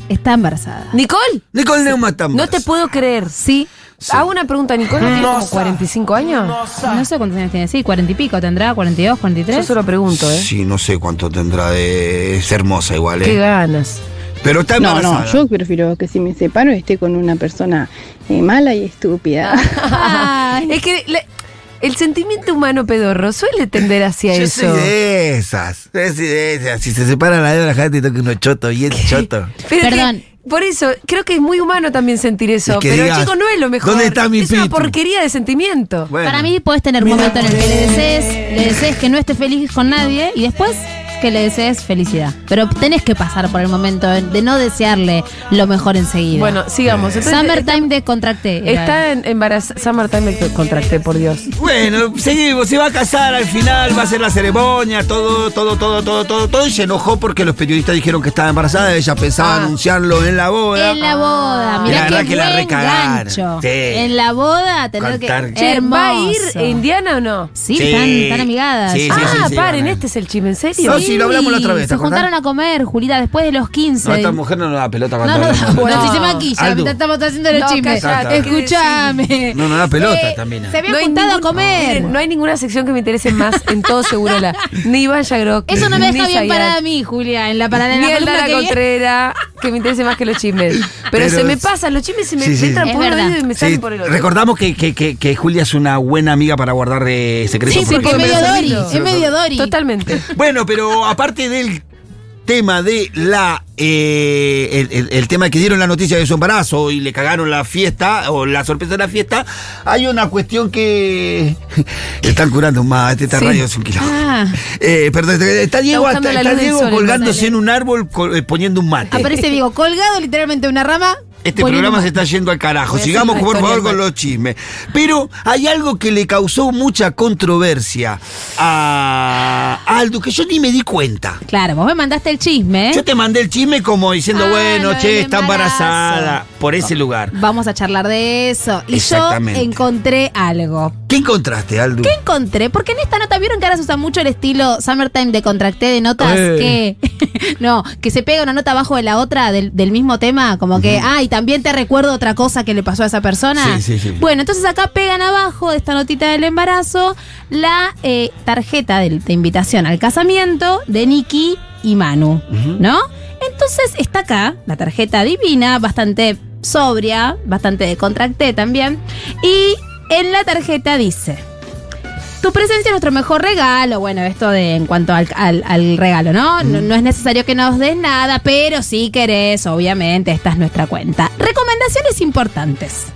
Speaker 6: está embarazada.
Speaker 1: ¿Nicole?
Speaker 2: Nicole Neuma está
Speaker 1: No te
Speaker 2: embarazada.
Speaker 1: puedo creer.
Speaker 6: Sí.
Speaker 2: Sí.
Speaker 1: Hago una pregunta, ¿Nicole no tiene como 45 años?
Speaker 6: No sé cuántos años tiene, sí, cuarenta y pico tendrá, 42,
Speaker 1: Yo
Speaker 6: 43.
Speaker 1: solo pregunto, ¿eh?
Speaker 2: Sí, no sé cuánto tendrá de. Es hermosa igual,
Speaker 1: Qué
Speaker 2: ¿eh?
Speaker 1: ganas.
Speaker 2: Pero está
Speaker 15: No,
Speaker 2: embarazada.
Speaker 15: no, yo prefiero que si me separo esté con una persona eh, mala y estúpida.
Speaker 6: Ay.
Speaker 1: Es que le- el sentimiento humano pedorro suele tender hacia
Speaker 2: Yo
Speaker 1: eso.
Speaker 2: soy de esas. Yo soy de esas. Si se separa la de la gente, toca uno choto, bien choto.
Speaker 1: Pero que-
Speaker 6: Perdón.
Speaker 1: por eso, creo que es muy humano también sentir eso.
Speaker 2: Y que
Speaker 1: pero
Speaker 2: digas,
Speaker 1: chicos, no es lo mejor.
Speaker 2: ¿dónde está mi
Speaker 1: es una
Speaker 2: pitu?
Speaker 1: porquería de sentimiento.
Speaker 2: Bueno.
Speaker 6: Para mí puedes tener un momento en el que le desees, le desees que no esté feliz con nadie y después que le desees felicidad. Pero tenés que pasar por el momento de no desearle lo mejor enseguida.
Speaker 1: Bueno, sigamos.
Speaker 2: Eh.
Speaker 1: Entonces,
Speaker 6: Summertime de contracté.
Speaker 1: Está en embarazada. Summertime me contracté, por Dios.
Speaker 2: Bueno, seguimos, se va a casar al final, va a hacer la ceremonia, todo, todo, todo, todo, todo, todo. Y se enojó porque los periodistas dijeron que estaba embarazada, ella pensaba
Speaker 1: Ah.
Speaker 2: anunciarlo en la boda. Ah.
Speaker 6: En la boda,
Speaker 2: La
Speaker 6: mirá
Speaker 2: verdad
Speaker 6: qué
Speaker 2: que la
Speaker 6: buen
Speaker 2: recagaron.
Speaker 6: gancho.
Speaker 2: Sí.
Speaker 6: En la boda tener que
Speaker 2: Cantar.
Speaker 1: Che,
Speaker 6: hermoso.
Speaker 1: ¿Va a ir Indiana o no?
Speaker 6: Sí,
Speaker 2: Sí.
Speaker 6: Están, tan amigadas.
Speaker 2: Sí, sí,
Speaker 1: ah,
Speaker 2: sí,
Speaker 1: paren,
Speaker 2: van a-
Speaker 1: este es el chime, ¿en serio?
Speaker 2: No, sí, lo hablamos la otra vez, ¿te
Speaker 6: Se
Speaker 2: acordás?
Speaker 6: juntaron a comer, Julita, después de los 15.
Speaker 2: No, esta mujer no nos da pelota
Speaker 6: No,
Speaker 2: cuando
Speaker 6: no,
Speaker 2: hablamos.
Speaker 6: no,
Speaker 1: Bueno,
Speaker 6: si se maquilla,
Speaker 2: Aldo.
Speaker 6: te estamos haciendo los
Speaker 1: No,
Speaker 6: chismes.
Speaker 1: callate, ¿qué
Speaker 6: Escuchame. Eh,
Speaker 2: No, no da pelota también.
Speaker 6: Se habían
Speaker 1: No hay
Speaker 6: juntado
Speaker 1: ningún-
Speaker 6: a comer.
Speaker 1: Miren, no hay ninguna sección que me interese más en todo Segurola. ni Vaya Grock.
Speaker 6: Eso no me
Speaker 1: ni
Speaker 6: deja bien
Speaker 1: Zayat,
Speaker 6: parada a mí, Julia, en la parada en
Speaker 1: Ni
Speaker 6: la
Speaker 1: el
Speaker 6: columna
Speaker 1: Lara
Speaker 6: que viene.
Speaker 1: Contreras, que me interese más que los chismes. Pero,
Speaker 2: Pero
Speaker 1: se me
Speaker 2: es-
Speaker 1: pasan, los chismes se me,
Speaker 2: Sí, sí.
Speaker 1: me entran
Speaker 6: Es
Speaker 1: por un
Speaker 6: verdad.
Speaker 1: oído y me
Speaker 2: Sí,
Speaker 1: salen por el otro.
Speaker 2: recordamos que, que- que- que Julia es una buena amiga para guardar eh, secretos.
Speaker 6: Sí,
Speaker 2: por
Speaker 6: porque es
Speaker 2: todo el
Speaker 6: medio
Speaker 2: mundo.
Speaker 6: Dori, es medio Dori.
Speaker 1: Totalmente.
Speaker 2: Bueno, pero aparte del tema de la eh, el, el- el tema que dieron la noticia de su embarazo y le cagaron la fiesta o la sorpresa de la fiesta, hay una cuestión que [laughs] están curando más, este está
Speaker 1: Sí.
Speaker 2: radio es un quilombo.
Speaker 6: Ah.
Speaker 2: Eh, perdón, está Diego,
Speaker 1: buscando
Speaker 2: está-
Speaker 1: la
Speaker 2: está
Speaker 1: luz del
Speaker 2: Diego
Speaker 1: sol,
Speaker 2: colgándose
Speaker 1: González.
Speaker 2: en un árbol col- eh, poniendo un mate.
Speaker 6: Aparece Diego colgado literalmente de una rama.
Speaker 2: Este
Speaker 6: poniendo-
Speaker 2: programa se está yendo al carajo.
Speaker 1: Voy a hacer
Speaker 2: Sigamos,
Speaker 1: una
Speaker 2: por
Speaker 1: historia
Speaker 2: favor, con
Speaker 1: igual.
Speaker 2: los chismes. Pero hay algo que le causó mucha controversia a Aldo, que yo ni me di cuenta.
Speaker 6: Claro, vos me mandaste el chisme. ¿eh?
Speaker 2: Yo te mandé el chisme como diciendo,
Speaker 6: Ah, lo
Speaker 2: bueno,
Speaker 6: del
Speaker 2: che, está
Speaker 6: embarazo.
Speaker 2: embarazada. Por ese lugar.
Speaker 6: Vamos a charlar de eso. Y yo
Speaker 2: Exactamente.
Speaker 6: encontré algo.
Speaker 2: ¿Qué encontraste, Aldo?
Speaker 6: ¿Qué encontré? Porque en esta nota vieron que ahora se usa mucho el estilo Summertime de contracté de notas
Speaker 2: Eh.
Speaker 6: que. [laughs] no, que se pega una nota abajo de la otra del, del mismo tema, como que, ah, y también te recuerdo otra cosa que le pasó a esa persona.
Speaker 2: Sí, sí, sí.
Speaker 6: Bueno, entonces acá pegan abajo de esta notita del embarazo la eh, tarjeta del- de, invitación al casamiento de Nicky y Manu, ¿no? Entonces está acá la tarjeta divina, bastante sobria, bastante de contracté también, y en la tarjeta dice. Tu presencia es nuestro mejor regalo. Bueno, esto de en cuanto al, al- al regalo, ¿no?
Speaker 2: Mm.
Speaker 6: ¿no? no es necesario que nos des nada, pero si querés, obviamente, esta es nuestra cuenta. Recomendaciones importantes.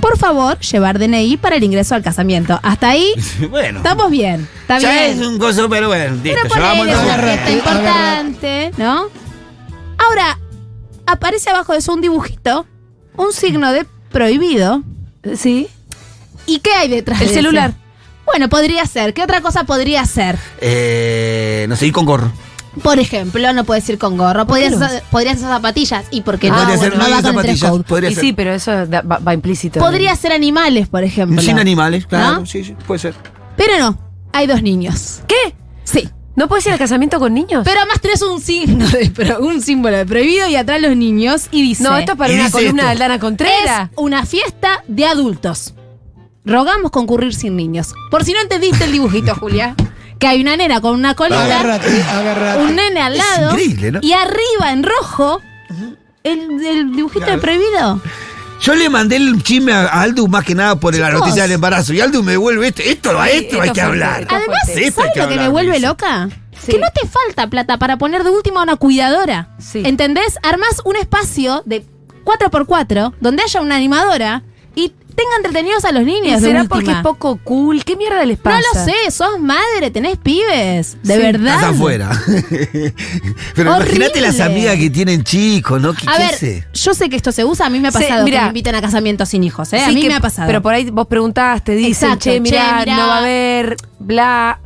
Speaker 6: Por favor, llevar DNI para el ingreso al casamiento. Hasta ahí
Speaker 2: [laughs] Bueno.
Speaker 6: estamos bien. Está
Speaker 2: ya
Speaker 6: bien.
Speaker 2: es un coso, pero bueno, listo.
Speaker 6: Pero
Speaker 2: llevamos
Speaker 6: ponele
Speaker 2: la-
Speaker 6: una fiesta importante, ¿no? Ahora, aparece abajo de eso un dibujito, un signo de prohibido.
Speaker 1: ¿Sí?
Speaker 6: ¿Y qué hay detrás?
Speaker 1: El
Speaker 6: de ese?
Speaker 1: celular.
Speaker 6: Bueno, podría ser. ¿Qué otra cosa podría ser?
Speaker 2: Eh, no sé, ir con gorro.
Speaker 6: Por ejemplo, no puedes ir con gorro, podrías,
Speaker 1: qué no?
Speaker 6: usar- podrías usar zapatillas y porque no,
Speaker 2: podría
Speaker 6: Bueno,
Speaker 2: ser
Speaker 6: no
Speaker 2: no
Speaker 6: va
Speaker 2: ir
Speaker 6: con el dress
Speaker 2: Ah, zapatillas.
Speaker 6: code.
Speaker 2: Podría
Speaker 1: Y
Speaker 2: ser.
Speaker 1: sí, pero eso da- va, va implícito.
Speaker 6: Podría ser animales, por ejemplo.
Speaker 2: Sin animales, claro. Sí, sí, puede ser.
Speaker 6: Pero no, hay dos niños.
Speaker 1: ¿Qué?
Speaker 6: Sí.
Speaker 1: ¿No puedes ir al casamiento con niños?
Speaker 6: Pero además tenés un [laughs] signo de pro- un símbolo de prohibido y atrás los niños y dice.
Speaker 1: no, esto es para
Speaker 2: Y
Speaker 1: una
Speaker 2: dice
Speaker 1: columna
Speaker 2: esto.
Speaker 1: de Aldana
Speaker 6: es
Speaker 1: Contreras.
Speaker 6: una fiesta de adultos. Rogamos concurrir sin niños. Por si no entendiste el dibujito, Julia. Que hay una nena con una colita,
Speaker 5: Agárrate, agárrate.
Speaker 6: un nene al
Speaker 2: Es
Speaker 6: lado.
Speaker 2: increíble, ¿no?
Speaker 6: Y arriba en rojo, el, el dibujito de prohibido.
Speaker 2: Yo le mandé el chisme a a Aldo más que nada por la
Speaker 6: Chicos.
Speaker 2: noticia del embarazo. Y Aldo me devuelve esto. Esto, a
Speaker 1: Sí,
Speaker 2: esto hay
Speaker 1: esto
Speaker 2: que
Speaker 1: fuerte,
Speaker 2: hablar.
Speaker 1: esto
Speaker 6: Además,
Speaker 1: fuerte.
Speaker 2: Esto hay
Speaker 6: ¿sabes
Speaker 2: que
Speaker 6: lo que me
Speaker 2: hablar,
Speaker 6: vuelve
Speaker 2: dice.
Speaker 6: loca?
Speaker 1: Sí.
Speaker 6: Que no te falta plata para poner de última una cuidadora.
Speaker 1: Sí.
Speaker 6: ¿Entendés? Armás un espacio de 4x4 donde haya una animadora y tenga entretenidos a los
Speaker 1: ¿Y
Speaker 6: niños. de
Speaker 1: será
Speaker 6: última.
Speaker 1: porque es poco cool? ¿Qué mierda les
Speaker 6: No
Speaker 1: pasa?
Speaker 6: lo sé, sos madre, tenés pibes. De
Speaker 1: Sí.
Speaker 6: verdad.
Speaker 2: Estás afuera. [laughs] Pero imagínate
Speaker 6: Horrible.
Speaker 2: las amigas que tienen chicos, ¿no? ¿Qué,
Speaker 6: A
Speaker 2: qué
Speaker 6: ver,
Speaker 2: sé?
Speaker 6: yo sé que esto se usa, a mí me ha
Speaker 1: Sí,
Speaker 6: pasado que
Speaker 1: mirá.
Speaker 6: me invitan a casamientos sin hijos, ¿eh? a
Speaker 1: Sí
Speaker 6: mí
Speaker 1: que-
Speaker 6: me ha pasado.
Speaker 1: Pero por ahí vos preguntaste, dicen,
Speaker 6: Exacto,
Speaker 1: che, mirá,
Speaker 6: che, mirá.
Speaker 1: no va a haber, bla.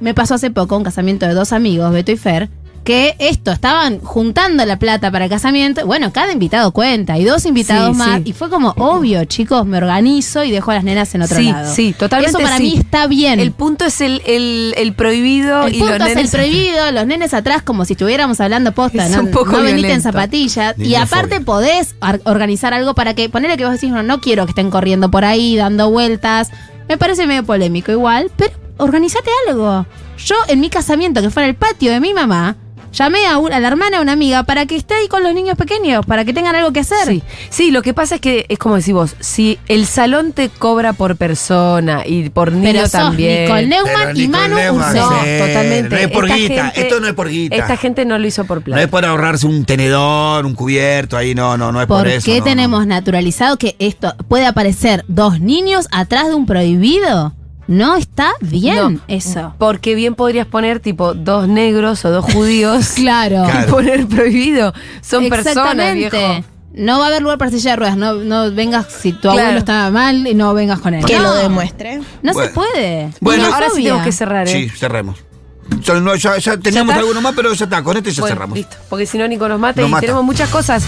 Speaker 6: Me pasó hace poco un casamiento de dos amigos, Beto y Fer, que esto, estaban juntando la plata para el casamiento. Bueno, cada invitado cuenta, y dos invitados
Speaker 1: Sí,
Speaker 6: más.
Speaker 1: sí.
Speaker 6: Y fue como, obvio, chicos, me organizo y dejo a las nenas en otro
Speaker 1: sí,
Speaker 6: lado.
Speaker 1: sí, totalmente.
Speaker 6: Eso para
Speaker 1: sí.
Speaker 6: mí está bien.
Speaker 1: El punto es el, el, el prohibido
Speaker 6: El
Speaker 1: y
Speaker 6: punto
Speaker 1: los
Speaker 6: es el
Speaker 1: nenes-
Speaker 6: prohibido, los nenes atrás como si estuviéramos hablando posta,
Speaker 1: Es
Speaker 6: ¿no?
Speaker 1: un poco
Speaker 6: no venite en
Speaker 1: violento.
Speaker 6: zapatillas. Y
Speaker 2: Niñofobia.
Speaker 6: aparte podés ar- organizar algo para que, ponele que vos decís, no, no quiero que estén corriendo por ahí, dando vueltas. Me parece medio polémico igual, pero organizate algo. Yo en mi casamiento, que fue en el patio de mi mamá, llamé a, un- a la hermana de una amiga para que esté ahí con los niños pequeños, para que tengan algo que hacer.
Speaker 1: Sí. Sí, lo que pasa es que es como decís vos, si el salón te cobra por persona y por niño
Speaker 6: Pero sos
Speaker 1: también.
Speaker 6: Nicole Neumann
Speaker 2: Pero
Speaker 6: y
Speaker 2: Nicole
Speaker 6: Manu
Speaker 2: Neumann,
Speaker 1: No,
Speaker 6: Ursó.
Speaker 2: Ah, sí.
Speaker 1: totalmente.
Speaker 2: No es por
Speaker 1: Esta
Speaker 2: guita,
Speaker 1: gente-
Speaker 2: esto no es por guita.
Speaker 1: Esta gente no lo hizo por
Speaker 2: No
Speaker 1: plata.
Speaker 2: es por ahorrarse un tenedor, un cubierto, ahí no, no, no es por,
Speaker 6: ¿Por,
Speaker 2: eso.
Speaker 6: qué
Speaker 2: no, no.
Speaker 6: tenemos naturalizado que esto puede aparecer dos niños atrás de un prohibido? No está bien
Speaker 1: No.
Speaker 6: eso.
Speaker 1: Porque bien podrías poner tipo dos negros o dos judíos
Speaker 6: [laughs] Claro.
Speaker 1: y poner prohibido. Son personas,
Speaker 6: Exactamente.
Speaker 1: viejo.
Speaker 6: No va a haber lugar para silla de ruedas. No, no vengas si tu
Speaker 1: Claro.
Speaker 6: abuelo está mal y no vengas con él.
Speaker 15: Que
Speaker 6: no,
Speaker 15: lo demuestre.
Speaker 6: No
Speaker 2: Bueno.
Speaker 6: se puede.
Speaker 2: Bueno,
Speaker 6: Una
Speaker 1: ahora sí
Speaker 6: fobia.
Speaker 1: tengo que cerrar, ¿eh?
Speaker 2: Sí, cerremos. Ya, no, ya, ya teníamos
Speaker 1: está?
Speaker 2: alguno más, pero ya está, con este ya
Speaker 1: Bueno,
Speaker 2: cerramos.
Speaker 1: Listo, porque si no, Nico nos mata
Speaker 2: Nos
Speaker 1: y
Speaker 2: mata.
Speaker 1: tenemos muchas cosas.